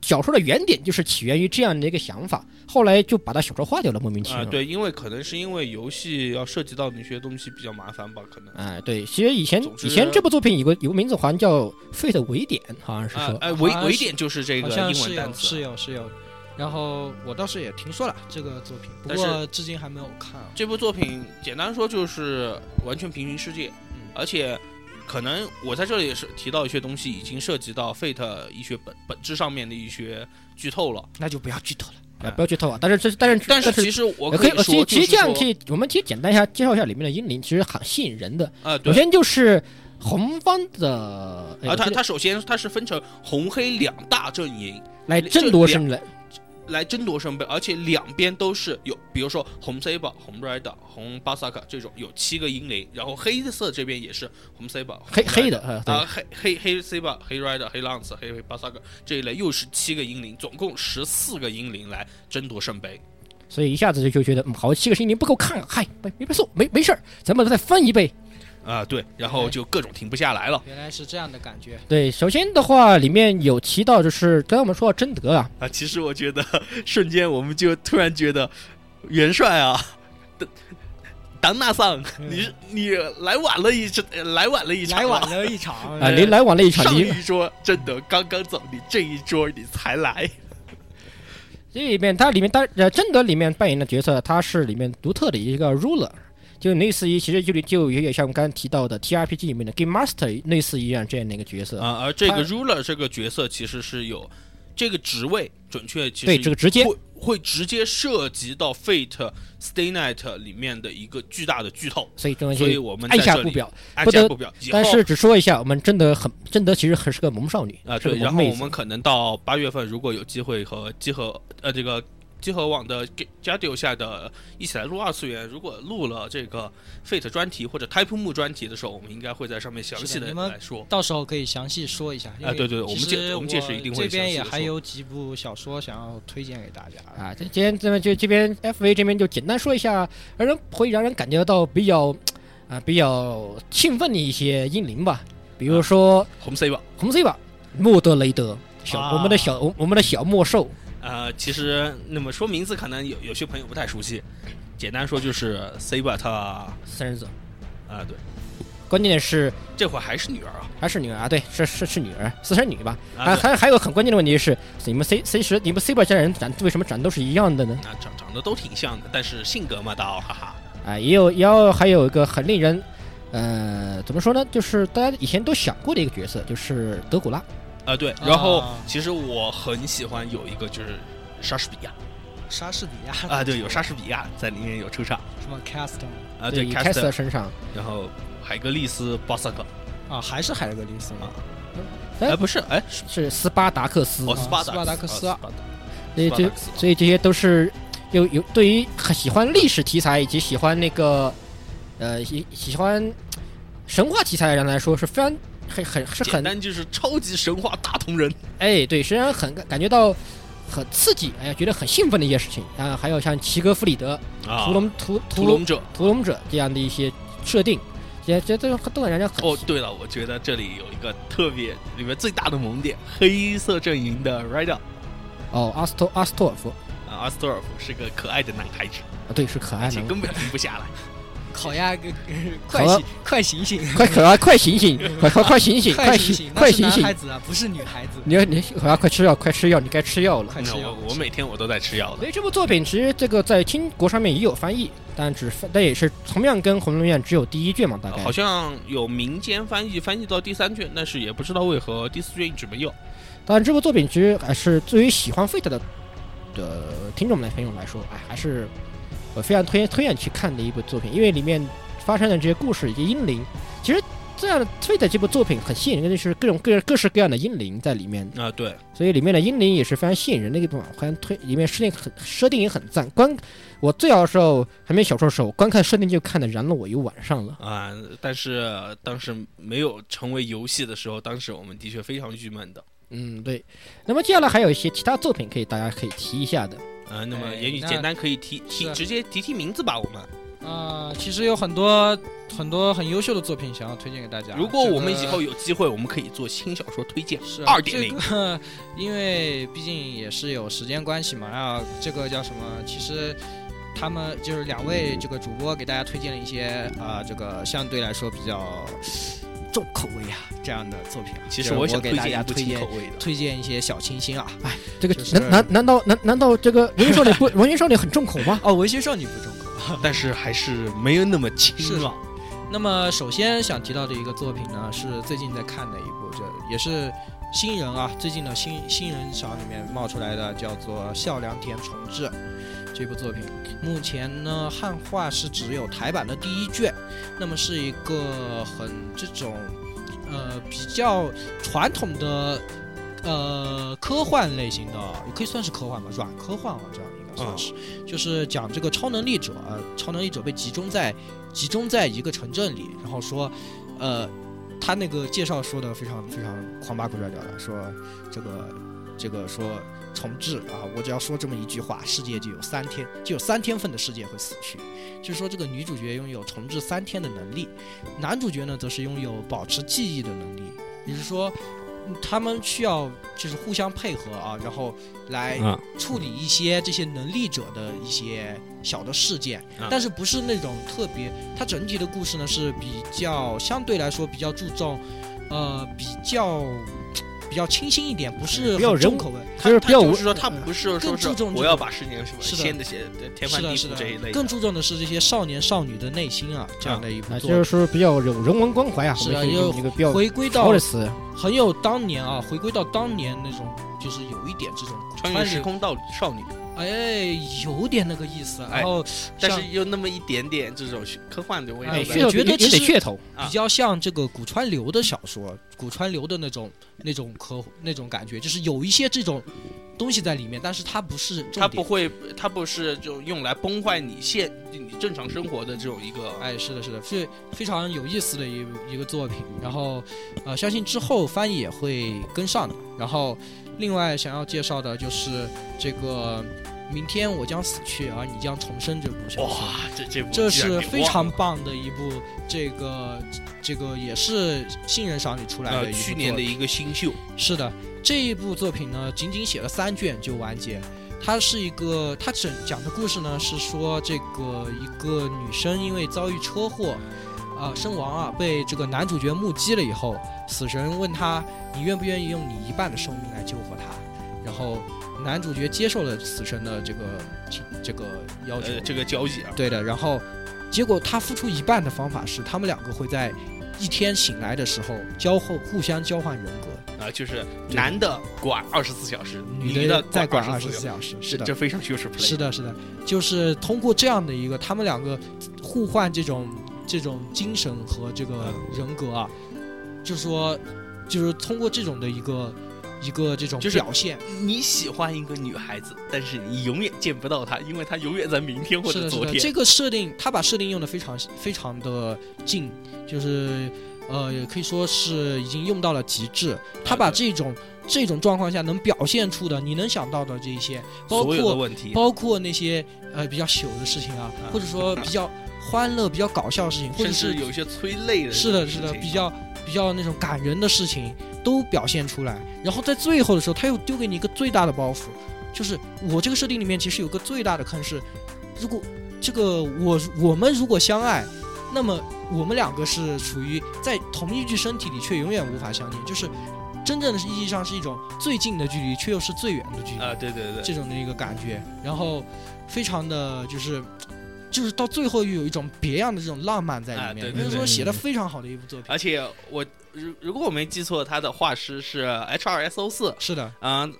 小说的原点就是起源于这样的一个想法，后来就把它小说化掉了，莫名其
啊
妙。
对，因为可能是因为游戏要涉及到那些东西比较麻烦吧，可能
哎，对，其实以前
总之
以前这部作品有个有个名字，好像叫《Fate 维典》，好像是
啊
说，
哎维
好像
维
是
点就是这
好
个
像
英
是
文单
有
词
是
啊。
有是有，然后我倒是也听说了这个作品，不
但是
过至今还没有看啊。
这部作品简单说就是完全平行世界，
嗯
而且可能我在这里也是提到一些东西，已经涉及到 Fate 一些本本质上面的一些剧透了。
那就不要剧透了。
哎不要剧透啊。但是这但是
但
是
是其实我
呃
可
可
以
以，呃其
说，
实其实这样
就是
可
说
以，我们其实简单一下介绍一下里面的英灵，其实很吸引人的。
啊，
首
对。
先就是红方的，哎
啊，它
我记得
它首先它是分成红黑两大阵营
来
这
争夺胜来，
来争夺圣杯，而且两边都是有，比如说红 Saber、红 Red、红巴萨克这种有七个英灵，然后黑色这边也是红 Saber、红
黑
Rider
黑的啊，对
啊，黑黑黑 C 吧，黑 Red、黑浪子、黑巴萨克这一类又是七个英灵，总共十四个英灵来争夺圣杯。
所以一下子就就觉得，嗯，好，七个星灵不够看啊，嗨，没没白送，没没事儿，咱们再翻一倍。
啊，对，然
哎
后就各种停不下来了。
原来是这样的感觉，
对，首先的话，里面有提到就是刚才我们说到贞德啊，
啊，其实我觉得，瞬间我们就突然觉得，元帅啊，当那桑，
嗯
你是你来晚了一场，来晚 了一场，
来晚 了一场，
哎
哎
啊，您来晚了一场，
上
您
一桌真的刚刚走，你这一桌你才来，
这里面它里面当呃贞德里面扮演的角色，他是里面独特的一个 ruler，就类似于其实就就有点像我们刚才提到的 TRPG 里面的 game master 类似于这样的一个角色。
啊，而这个
他
ruler 这个角色其实是有这个职位，准确其实
对，这个直接
会会直接涉及到 Fate Stay Night 里面的一个巨大的剧透，
所以这东
所以
西
我们
按
在
下
这
不
里
表。
按
不
下
得
不表。以
但
后
是只说一下，我们贞德很贞德其实很是个萌少女
啊，
是个
对，然
萌
后
妹
我
子
们可能到八月份，如果有机会和集合呃这个集合网的 G- Jadio 下的一起来录二次元，如果录了这个 Fate 专题或者 Type 木专题的时候，我们应该会在上面详
是的
细地
你们
来说。
到时候可以详细说一下。因为
啊对对我们
其
届
实
我们届时一定会
这边也
详细地
还
说
有几部小说想要推荐给大家
啊。这今天这么就这边 FV 这边就简单说一下，让人会让人感觉到比较啊、比较兴奋的一些英灵吧，比如说。
红 C 吧，
红色吧，莫德雷德，小、
啊
我们的小我我们的小莫兽，
呃，其实那么说名字可能有有些朋友不太熟悉，简单说就是 C 吧，他啊、
三人组，
对，
关键是
这会儿还是女儿啊
还是女儿啊？对，是是是女儿，私生女吧？
啊
还
对
还还有很关键的问题是，你们 C C 十你们 C 八家人长为什么长得都是一样的呢？
啊，长长得都挺像的，但是性格嘛，倒哈哈，
啊，也有也有还有一个很令人。呃，怎么说呢？就是大家以前都想过的一个角色，就是德古拉。
啊对，然后
啊
其实我很喜欢有一个就是莎士比亚。
莎士比亚
啊，对，有莎士比亚在里面有出场
什么 Cast
啊，
对，
对
以
凯
凯
斯
瑟，身上，
然后海格力斯巴萨克，
啊，还是海德格力斯吗？
啊
哎
哎，不是，哎，是
是斯巴达克斯。
哦，
啊
斯巴
斯巴达克斯
斯
啊
巴达
对，
斯巴
这
达克斯啊
所以这些都是有有对于很喜欢历史题材以及喜欢那个呃喜喜欢神话题材的人来说是非常很很是
简
很
单就是超级神话大同人
哎对，实际上很感觉到很刺激，哎呀觉得很兴奋的一些事情。当然还有像齐格弗里德、
啊
屠龙屠
屠
屠
龙
龙
者。
屠龙者这样的一些设定，也觉得都很让人很
哦，对了，我觉得这里有一个特别里面最大的萌点，黑色阵营的 Rider
哦阿斯托阿斯托尔夫
啊，阿斯托尔夫是个可爱的男孩子，
啊对是可爱
而
的
且。根本停不下来。
烤鸭个
快
快
醒
醒快醒醒！
快可爱，快醒醒！快快快醒醒！快
快醒
醒！
醒！
快醒
那是
醒
男！孩子啊，不是女孩子。
你要你快快吃药，快吃药！你该吃药了。
快
那
吃药！
我我每天我都在吃药的
所以这部作品其实这个在清国上面也有翻译，但只翻但也是同样跟《红楼院》只有第一卷嘛，大
啊，
概。
好像有民间翻译翻译到第三卷，但是也不知道为何第四卷一直没有。
但这部作品其实还是对于喜欢 Fate 的的听众们朋友来说，哎，还是我非常推荐推荐去看的一部作品，因为里面发生的这些故事以及英灵，其实这样的 Fate 这部作品很吸引人的就是各种各各式各样的英灵在里面，
啊，对，
所以里面的英灵也是非常吸引人的一个地方，非常推里面设定很设定也很赞。观我最早的时候还没小说的时候，光看设定就看的燃了我一晚上了。
啊、但是当时没有成为游戏的时候，当时我们的确非常郁闷的。
嗯，对。那么接下来还有一些其他作品可以大家可以提一下的，
啊、那么
哎
也许
那
简单可以提提
是
直接提提名字吧，我们。
啊，其实有很多很多很优秀的作品想要推荐给大家。
如果我们
这
以
个
后有机会，我们可以做新小说推荐。
是啊
2.0
这个因为毕竟也是有时间关系嘛，然后这个叫什么？其实他们就是两位这个主播给大家推荐了一些啊、呃这个相对来说比较重口味啊这样的作品啊。
其
就
实
是
我
我
想
给
推
大
荐
家
一部
推
重
荐
口哎味 的。
推荐一些小清新啊。
这个
就是
难难难道难难道这个文学少女不文学少女很重口吗？
哦，文学少女不重口。
但是还是没有那么
是
清
的
爽。
那么首先想提到的一个作品呢，是最近在看的一部，这也是新人啊，最近的新新人赏里面冒出来的，叫做《孝良田重治》这部作品。目前呢，汉化是只有台版的第一卷，那么是一个很这种呃比较传统的呃科幻类型的，也可以算是科幻吧，软科幻吧，这样应该算是，就是讲这个超能力者，呃超能力者被集中在集中在一个城镇里，然后说，呃，他那个介绍说的非常非常狂八狗拽调的，说这个这个说重置啊，我只要说这么一句话，世界就有三天就有三天份的世界会死去，就是说这个女主角拥有重置三天的能力，男主角呢则是拥有保持记忆的能力，也就是说。他们需要就是互相配合啊，然后来
啊，
处理一些这些能力者的一些小的事件，
啊
但是不是那种特别。它整体的故事呢是比较相对来说比较注重，呃，比较比较清新一点，不是
比较
很重
人
口味。
就是比
他
较无
就是说他不是说
更
是
注重这
我要
个
把事情什么
是的
先的写天翻
是
地
的，是
覆
的
这一类，的，
更注重的是这些少年少女的内心啊，这样的一部
啊，
作
就是
品。
说比较有人文关怀啊，
是
我们
啊
可以
又
用一个比较
回归
高
到
的词，
很有当年啊，回归到当年那种，就是有一点这种
穿越
穿
时
越，
空到少女，
哎，有点那个意思。啊
哎
然后
但
像
是又那么一点点这种科幻的味道
哎
在。
有
是
噱头
觉得
也也得
其实
噱头，
啊
比较像这个古川流的小说，古川流的那种那种科那种感觉，就是有一些这种东西在里面，但是它不是
它
重
不
点。
会，它不是就用来崩坏你现你正常生活的这种一个。
哎，是的，是的，是非常有意思的一一个作品。然后，呃，相信之后翻译也会跟上的。然后，另外想要介绍的就是这个《明天我将死去，而你将重生》这部小说。
哇，这这部
这啊
居然
是
给
非
忘
常
了
棒的一部，这个这个也是新人赏里出来的一
呃
部作
去
品、
年的一个新秀，
是的，这一部作品呢，仅仅写了三卷就完结。它是一个，它整讲的故事呢是说，这个一个女生因为遭遇车祸，啊、身亡啊，被这个男主角目击了以后，死神问他，你愿不愿意用你一半的生命来救活他？然后男主角接受了死神的这个请这个要求，
呃，这个交易啊，
对的。然后结果他付出一半的方法是，他们两个会在一天醒来的时候交互互相交换人格。
啊，就是男的管二十四小时，
女
的
的再管
二
二十四
小时，
小时，
这
的
这，非常就是 play。
是的，是的，就是通过这样的一个，他们两个互换这种这种精神和这个人格啊，就说就是通过这种的一个一个这种
就是
表现，
你喜欢一个女孩子，但是你永远见不到她，因为她永远在明天或
是
者
的，是
昨
的，
天。
这个设定他把设定用的非常非常的近，就是呃，也可以说是已经用到了极致。他把这种这种状况下能表现出的，你能想到的这一些，包
所有的
括
问题，
包括那些呃比较糗的事情啊，或者说比较欢乐、比较搞笑的事 情，或
甚
者是
至有一些催泪的
是
这
的，
种
是
事
的，
情
比较比较那种感人的事情都表现出来。然后在最后的时候，他又丢给你一个最大的包袱，就是我这个设定里面其实有个最大的坑是，如果这个我我们如果相爱，那么我们两个是处于在同一具身体里却永远无法相见，就是真正的意义上是一种最近的距离，却又是最远的距离。
啊，对对对，
这种的一个感觉，然后非常的就是。就是到最后又有一种别样的这种浪漫在
啊
里
对
面，
对
就是说
对
写的非常好的一部作品。
而且我如如果我没记错，他的画师是 H R S O 四，
是的，
嗯。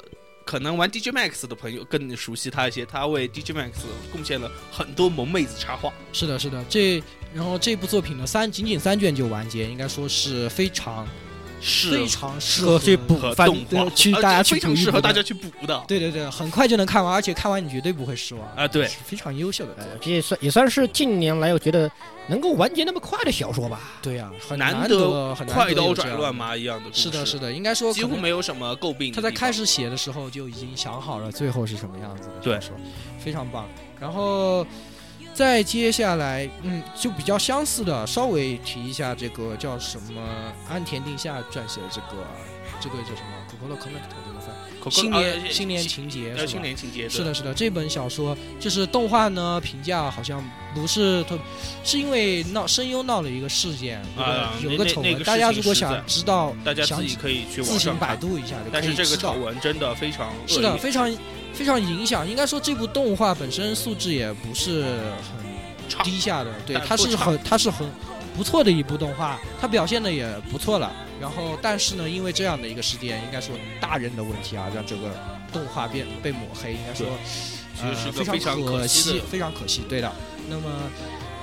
可能玩 DJ Max 的朋友更熟悉他一些，他为 DJ Max 贡献了很多萌妹子插画。
是的，是的。这然后这部作品呢，三仅仅三卷就完结，应该说是非常
是
非常适
适
合
合去补
和
番
动，画
呃
对去大家
而且
去
非
补
常
一
适合
补
大家
的
去补的
对对对，很快就能看完，而且看完你绝对不会失望。
啊，对，哎
是非常优秀的作品。
哎这也算也算是近年来我觉得能够完结那么快的小说吧。
对呀、很
难
难
得
很难得
快刀
有这
斩
样
乱
的。
麻一样的故事，
是的，是的，应该说
几
可
乎
能
没有什么诟病的地
他
方。
在开始写的时候就已经想好了最后是什么样子的，
对
小说，非常棒。然后再接下来，嗯，就比较相似的，稍微提一下这个叫什么安田定下撰写的这个啊这个叫什么《可可乐可乐》怎么翻？
可可
新
啊
年新年
新
情节
呃
是
新
吧？
年情节
是，的，是的，这本小说就是动画呢，评价好像不是特，是因为闹声优闹了一个事件，
啊
有个有
那
个
那
丑
那
闻，
个
大
事
家
情
如果
实在
想知道，
大家
想
自己可以去
自
网
行
上
百
看。
度一下就可以知道。
但是这个丑闻真的非常恶
是的，
劣，
非常非常影响。应该说这部动画本身素质也不是
差
很低下的，对，
但
它
不
是
差
很它是很不错的一部动画，它表现的也不错了。然后，但是呢，因为这样的一个事件，应该说大人的问题啊，让这个动画变被抹黑，应该说
其实是个
呃、
非
非
常可
可
惜的
非常可惜，对的。那么，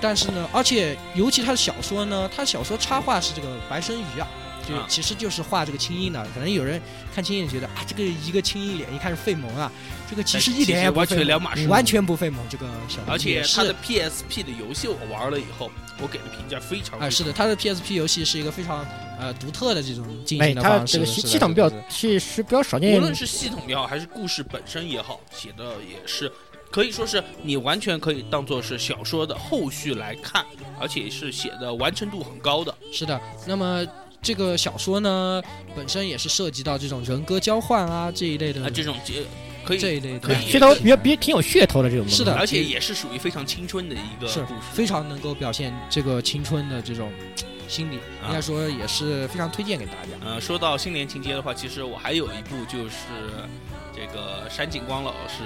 但是呢，而且尤其他的小说呢，他小说插画是这个白生鱼啊，就、
啊
其实就是画这个青音的。可能有人看青音觉得啊，这个一个青音脸一看是费蒙啊，这个其
但
实
是
一点也不
完
费
全
蒙
两码事。
完全不费蒙这个小
而且
是
他的 PSP 的游戏我玩了以后，我给的评价非常
啊，是的，他的 PSP 游戏是一个非常呃独特的这种进
哎，
行的
它
方式，
这个
是
系
的
系统比较
是的
其实比较少
无
见，
论是系统也好，还是故事本身也好，写的也是可以说是你完全可以当做是小说的后续来看，而且是写的完成度很高的。
是的。那么这个小说呢本身也是涉及到这种人格交换啊这一类的
啊，这种这可以
这一类的
可以
噱头比较比挺有噱头的这种东西。
是的
而且也是属于非常青春的一个
是
故事，
非常能够表现这个青春的这种心理，
啊
应该说也是非常推荐 给大家。
呃，说到新年情节的话，其实我还有一部就是这个山井光老师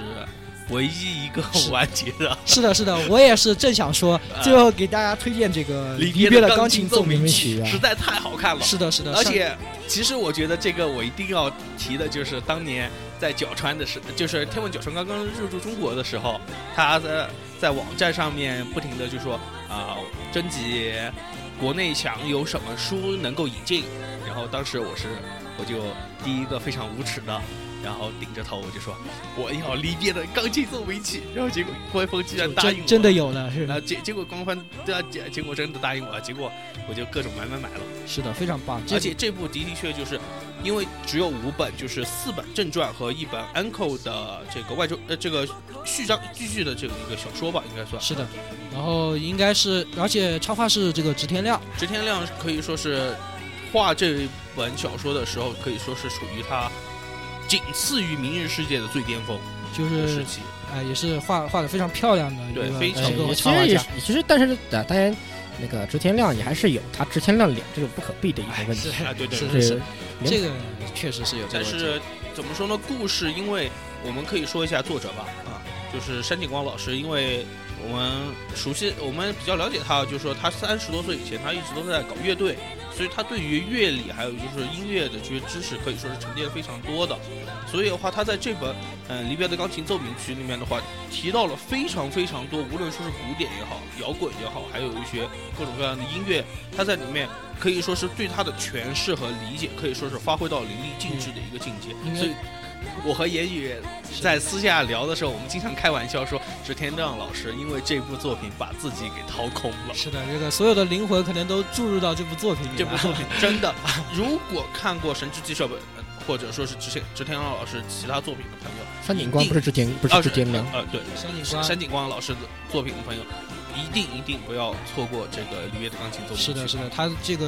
唯一一个
是
完结的
是的，是的，我也是正想说，
啊
最后给大家推荐这个
离
离
别
别
的
钢
钢
琴
琴
奏
奏
鸣
鸣
曲啊。
实在太好看了。
是的，是的，
而
上
且，其实我觉得这个我一定要提的，就是当年在角川的时，就是天文角川刚刚入驻中国的时候，他在在网站上面不停的就说啊、征集国内想有什么书能够引进，然后当时我是我就第一个非常无耻的。然后顶着头我就说我要离别的钢琴奏鸣曲，然后结果官方居然答应
真
我，
真的有了，是
然后
的，
结结果官方对啊结结果真的答应我了，结果我就各种买买买了。
是的，非常棒。这
而且这部的的确确就是，因为只有五本，就是四本正传和一本 Uncle 的这个外传，呃，这个序章继续的这个一个小说吧，应该算。
是的，然后应该是，而且插画是这个植田亮，
直天亮可以说是画这本小说的时候，可以说是属于他仅次于《明日世界》的最巅峰
就
的
是
时期。
呃，也是画画的非常漂亮的一
对
个
非
这
常
个
多
哎其
插
实
画
也
家
是，，其实但是呃，当然那个植田亮也还是有他植田亮脸这种不可避的一个问题。
啊，对对
哎是
对。
是
对
是，这个确实是有这
但
个问题。
是怎么说呢？故事，因为我们可以说一下作者吧，啊，就是山井光老师，因为我们熟悉，我们比较了解他，就是说他三十多岁以前，他一直都在搞乐队，所以他对于乐理还有就是音乐的这些知识可以说是沉淀非常多的。所以的话，他在这本嗯《离别的钢琴奏鸣曲》里面的话，提到了非常非常多，无论说是古典也好，摇滚也好，还有一些各种各样的音乐，他在里面可以说是对他的诠释和理解，可以说是发挥到淋漓尽致的一个境界。
嗯
所以，我和言语在私下聊的时候，我们经常开玩笑说，石田亮老师因为这部作品把自己给掏空了。
是的，这个所有的灵魂可能都注入到这部作品里
啊
来。
这部作品真 的，如果看过《神之记》这本，呃或者说是直田直田亮老师其他作品的朋友，
山井光不是植田，不
啊
是植田亮。
呃，对，
山井
山
光
山井光老师的作品的朋友，一定一定不要错过这个《里约的钢琴奏鸣曲》。
是的，是的，他这个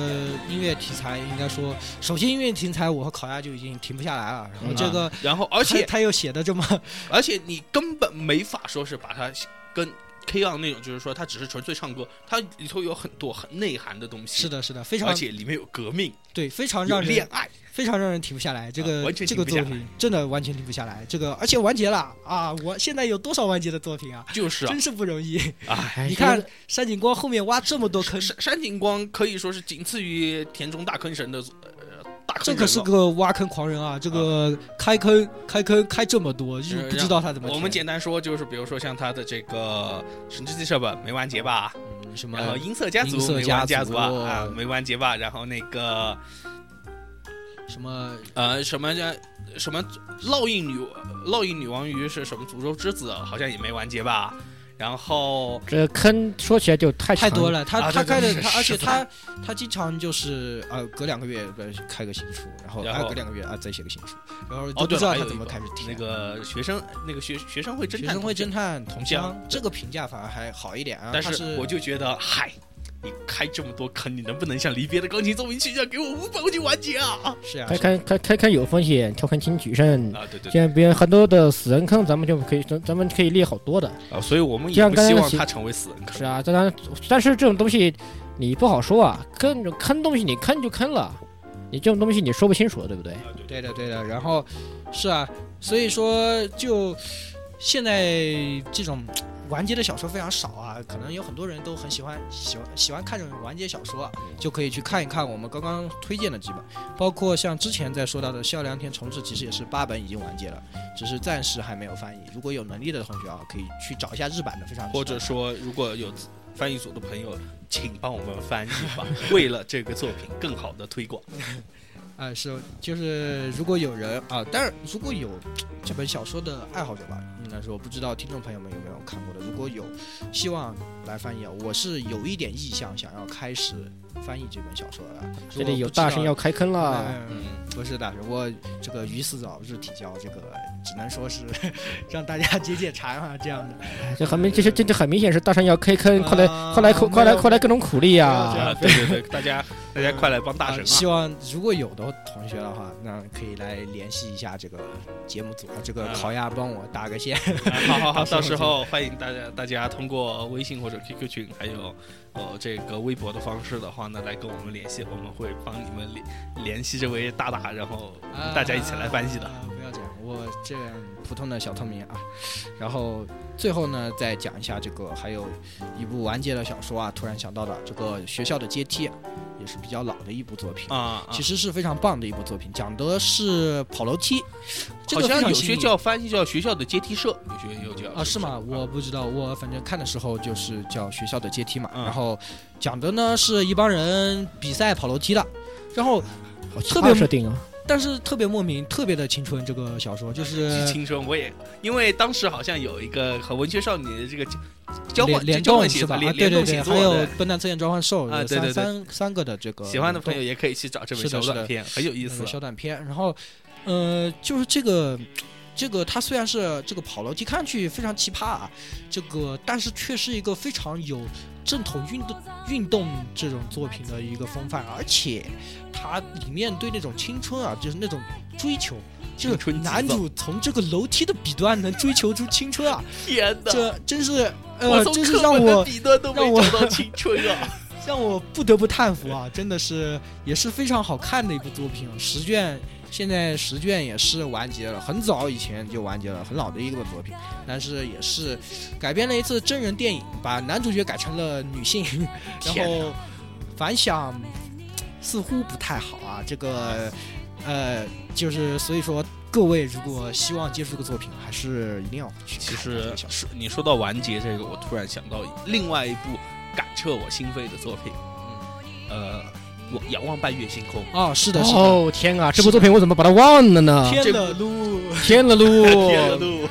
音乐题材应该说，首先音乐题材我和烤鸭就已经停不下来了，然后
嗯
这个，
然后而且
他他又写的 这么，
而且你根本没法说是把它跟 K on 那种，就是说它只是纯粹唱歌，它里头有很多很内涵的东西。
是，的，是的，非
而
常
且里面有革命，
对，非常
有
让
恋
人
爱，
非常让人停不下来。这
啊
个
完全
这
停
个
不下
作
来
品真的完全停不下来，这个而且完结了啊！我现在有多少完结的作品啊？
就是啊
真，是不容易。
哎
啊你看山井光后面挖这么多坑，
山山井光可以说是仅次于田中大坑神的呃大坑
这
神
可是
了
个挖坑狂人啊！这个开坑开坑开这么多，就是不知道他怎么填。
我们简单说，就是比如说像他的这个《神之记》这本没完结吧，
嗯什么
然后
呃
银色家族
银色
没完
家
家
族
族啊啊没完结吧，然后那个
什么
呃什么叫什么烙印女烙印女王鱼是什么诅咒之子，好像也没完结吧。然后
这坑说起来就太
太
长
多，了，他、
啊
他
对
开
对是
的他，而且
是的
他他经常就是呃隔两个月不是开个新书，然后
然
啊
后
隔两个月啊再写个新书，然后
哦
都不
对
知道
了，还
他
有
怎么
一
开始提
那个学生那个学学生会侦
学
探
生会
同学
侦探同
同
乡
乡
这个评价反而还好一点啊，
但
他是
是我就觉得嗨。你开这么多坑，你能不能像离别的钢琴奏鸣曲一样给我五百块钱完结啊？
是啊
开，开开开坑有风险，跳坑请谨慎。
啊，对对对
现在别人很多的死人坑，咱们就可以，咱咱们可以列好多的。
啊，所以我们
就
也
像
不
刚才
希
那
望
些
他成为死人坑。
是啊，当然，但是这种东西你不好说啊，坑坑东西你坑就坑了，你这种东西你说不清楚的，对不对？
对的对的，然后是啊，所以说就现在这种。完结的小说非常少啊，可能有很多人都很喜欢喜欢喜欢看这种完结小说啊，
嗯
就可以去看一看我们刚刚推荐的几本，包括像之前在说到的《笑良田重置》，其实也是八本已经完结了，只是暂时还没有翻译。如果有能力的同学啊，可以去找一下日版的，非常值得
或者说，如果有翻译组的朋友，请帮我们翻译 吧，为了这个作品更好的推广。
啊、是就是如果有人啊，当然如果有这本小说的爱好者吧，应该说不知道听众朋友们有没有看过的，如果有希望来翻译啊，我是有一点意向想要开始翻译这本小说的。
这里有大神要开坑了，
啊，嗯
嗯，
不是大神，我这个鱼死早日体交，这个只能说是 让大家解解馋啊这样的。
这很明，这这嗯这很明显是大神要开坑，快来
哎啊
快来快来
没有
快来各种苦力
没有这样
啊！
啊，对对对，大家大家快来帮大神
啊
啊！
希望如果有的同学的话，那可以来联系一下这个节目组，啊这个
啊
烤鸭帮我搭个线。
啊好好好，
到
到
时
时
候
候欢迎大家大家通过微信或者 QQ 群，还有呃这个微博的方式的话呢，来跟我们联系，我们会帮你们联联系这位大大，然后大家一起来翻译的。
啊不要这样，我这样普通的小透明啊。然后最后呢，再讲一下这个，还有一部完结的小说啊，突然想到的这个《学校的阶梯》，啊也是比较老的一部作品。
啊，
其实是非常棒的一部作品，讲的是跑楼梯，这
好
个非
像
常
有
新
些
颖
叫翻译叫学校的阶梯社，有些又叫
啊，是吗？我不知道，我反正看的时候就是叫学校的阶梯嘛，
嗯
然后讲的呢是一帮人比赛跑楼梯的，然后
好奇
特
葩
别
设定啊！
但是特别莫名，特别的青春这个小说，就是
是青春，我也因为当时好像有一个和文学少女的这个交
联
换
联
交换
动
写
是
作
吧？啊，
联联
对对
动
对，
写作
还有
对
笨蛋测验召唤兽，
啊
有
对
三
对对
三三个的这个
喜欢的朋友
联
也可以去找这本
是的
小
是的
短片，很有意
动那
思
个。小短片，然后呃，就是这个。这个它虽然是这个跑楼梯看上去非常奇葩啊，这个但是却是一个非常有正统运动运动这种作品的一个风范，啊而且它里面对那种青春啊，就是那种追求，
青
就是
春极
男主从这个楼梯的彼端能追求出青春啊，
天哪！
这真是
我
呃，
从
真是
课
让
本的
我
底端都
让
没
我
找到青春 啊！
让我不得不叹服啊，真的是也是非常好看的一部作品。啊十卷现在十卷也是完结了，很早以前就完结了，很老的一个作品，但是也是改编了一次真人电影，把男主角改成了女性， 然
天
后反响似乎不太好啊。这个呃，就是所以说。各位如果希望接触这个作品，还是一定要去
其
看一下这
实
个小说
是你说到完结这个，我突然想到另外一部感彻我心扉的作品，呃，我仰望半月星空。
哦，是的，是的，
哦天啊，这部作品我怎么把它忘了呢？
天
这
的路，
天 了路
天路，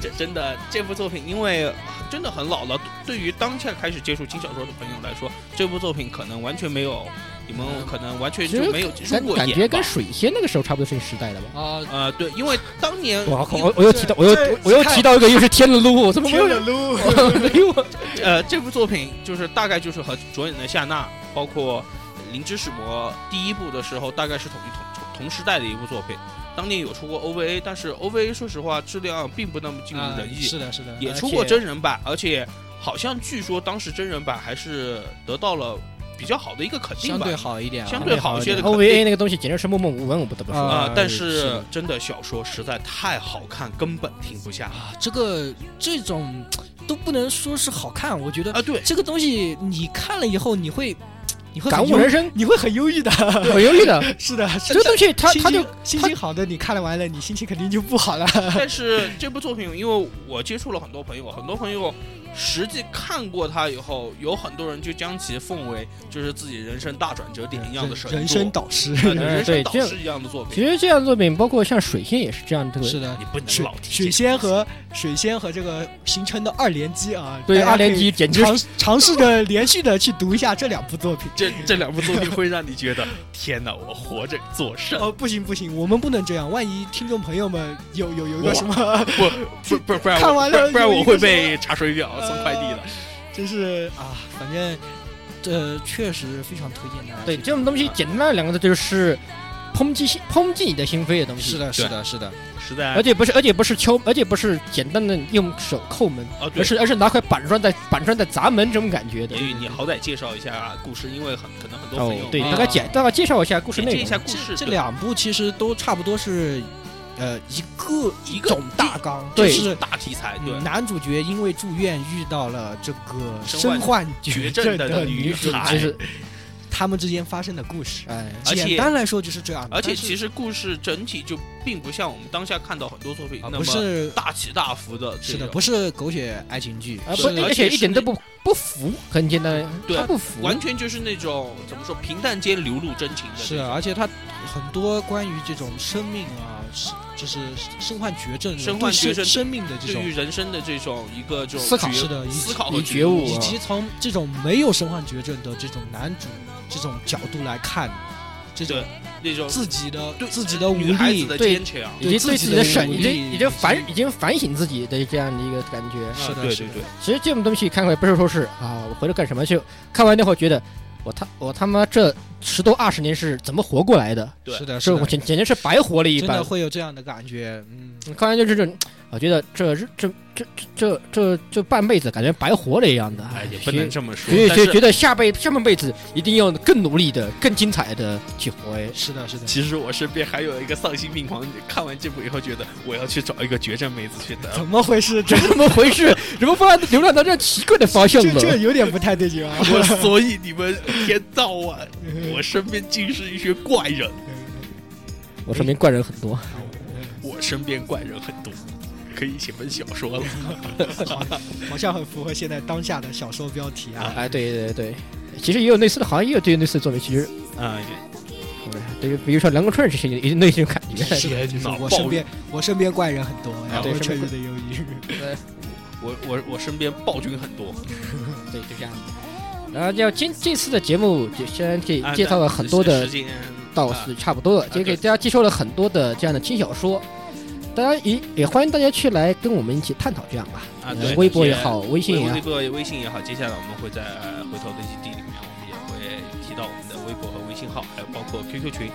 这 真的这部作品，因为真的很老了，对于当下开始接触轻小说的朋友来说，这部作品可能完全没有，你们可能完全就没有接触
嗯感
过
感觉
眼吧
跟水仙那个时候差不多是个时代的吧？
啊，
呃对，因为当年
我靠，我我又提到，我又
这
我又
看
提到一个，又是天了路，我怎么没有
天的？路，
没有，啊
呃，这部作品就是大概就是和卓演的夏娜，包括《灵芝使魔》第一部的时候，大概是同一同同时代的一部作品。当年有出过 OVA，但是 OVA 说实话质量并不那么尽如
啊
人意，
是的，是的，
也
而
出过
且
真人版，而且好像据说当时真人版还是得到了比较好的一个肯定
相
吧
对。好一点啊，
相对好一些的
OVA 那个东西简直是默默无闻，我不得不说。
啊
啊、但
是
是
的
真的小说实在太好看，根本停不下
啊，这个这种都不能说是好看，我觉得
啊！对，
这个东西你看了以后，你会你会
感
很
悟
忧
人，生，
你会很忧郁的。
很忧郁的。
是的，
这个东西它
心
它就
情心情好的，你看了完了，你心情肯定就不好了。
但是这部作品，因为我接触了很多朋友，很多朋友实际看过它以后，有很多人就将其奉为就是自己人生大转折点一样的神作
人生导师，
啊对人
对
生导
这
师一样的作
其
品。
实这样的作品，包括像水仙也是这样这
是
个。
的。
你不能
水
老提
水
这
仙和水仙和这个形成的二连击啊，
对
大家
二连
可以
击简直
尝尝试着连续的去读一下这两部作品。
这这两部作品会让你觉得，天哪，我活着做甚？
哦，不行不行，我们不能这样，万一听众朋友们有有有一个
哇
什么
不不不，不然我
看完了
不不然
有一
我
个
会
什么
被查水表送快递的。
真是啊，反正这确实非常推荐大家去看。
对，这种东西
啊
简单的两个字就是抨击心抨击你的心扉的东西。
啊是的，是的，是的，
实在
而且不是，而且不是敲，而且不是简单的用手扣门，
啊，对
而，是而是拿块板砖在板砖在砸门这种感觉的
言。语，你好歹介绍一下故事，因为很可能很多朋
哦
友，
对，
啊
大概简大概介绍一下故事
简
内
介
容
一。下故事。
这
对
两部其实都差不多是，呃，一个
一个
种大纲，
对
就是
大题材，对
嗯。男主角因为住院遇到了这个
身
身
患
患
绝
绝
症
症
的
呃
的
女
女主
孩
角，
就是
他们之间发生的故事。
哎，
而且
简单来说就是这样的，
而且
但是
其实故事整体就并不像我们当下看到很多作品
啊
那
不
么
是
大起大伏的这
是的，
种
不是狗血爱情剧，
啊
是
不，
而
而
且
且
是
一点
那
都不不服，很简单，
对
他不服。
完全就是那种怎么说平淡间流露真情的
是，啊
那种
而且他很多关于这种生命啊，是就是身患绝症、
身患绝症
对生命的这
对
种
于人生的这种一个这种
思考
觉
是的以
思考
以
和
觉悟
以
啊
及从这种没有身患绝症的这种男主这种角度来看，这种
对那种
自己的
对
自己的无
女孩
力
子的
对
坚强，
以及对
自
自
己
己
的
的审，
努
已经
力
已经反
以及
已经反省自己的这样的一个感觉。
是的
对
是
对
的
对，
其实这种东西看过来不是说是啊，我回来干什么？就看完那会儿觉得我他我他妈这十多二十年是怎么活过来的？
对
是的，
这
是
我
的，
简简直是白活了一
真
般
的。会有这样的感觉，嗯，
看来就是这种，我觉得这这这这这这这半辈子感觉白活了一样的。
哎，也不
所以
能这么说
所。以
但
觉
是
觉得下辈下半辈子一定要更努力的、更精彩的去活。哎
是的，是的，
其实我身边还有一个丧心病狂，看完这部以后觉得我要去找一个绝症妹子去等。
怎么回事？这
这怎么回事？怎么突然流浪到这奇怪的方向
这
了？
这有点不太对劲啊！
我所以嗯你们一天到晚，我身边尽是一些怪人，
我身边怪人很多。
我身边怪人很多，可以写本小说了。
好像很符合现在当下的小说标题啊。
哎，对对对，其实也有类似的，好像也有对类似的作品，其实
啊，
对于比如说《南宫春日》这些也有那种感觉。
是，就是
脑
我
暴
身边我身边怪人很多，然后
对身
春日
边
的忧郁，
我我我身边暴君很多，
对，就这样。然后就今这次的节目，就先给
啊
介绍了很多的
时间
倒
啊
是差不多了，就
对
给大家介绍了很多的这样的轻小说。当然也也欢迎大家去来跟我们一起探讨这样吧，
啊，
呃
对，
微博也好，微信也
微
好
微，博、微信也好，接下来我们会在呃回头的基地里面，我们也会提到我们的微博和微信号，还有包括 QQ 群。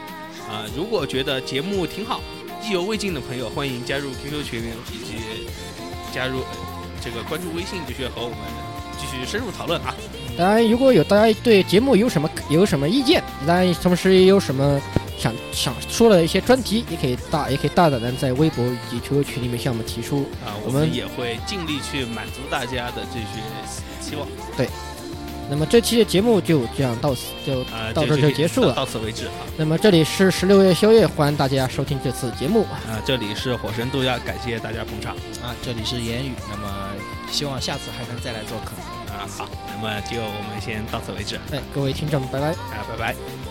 啊、如果觉得节目挺好，意犹未尽的朋友，欢迎加入 QQ 群以及加入、呃这个关注微信，继续和我们继续深入讨论啊。
当然，如果有大家对节目有什么有什么意见，当然同时也有什么想想说的一些专题，也可以大也可以大胆的在微博以及 QQ 群里面向我们提出。
啊、
我
我
们
们也会尽力去满足大家的这些期望
那么这期的节目就这样到此就
啊、
到这儿就结束了
到到此为止啊。
那么这里是十六夜宵夜，欢迎大家收听这次节目。
啊、这里是火神渡鸦，感谢大家捧场
啊，这里是言语，那么希望下次还能再来做客。
啊、好，那么就我们先到此为止啊、啊
哎，各位听众，拜拜。
拜拜。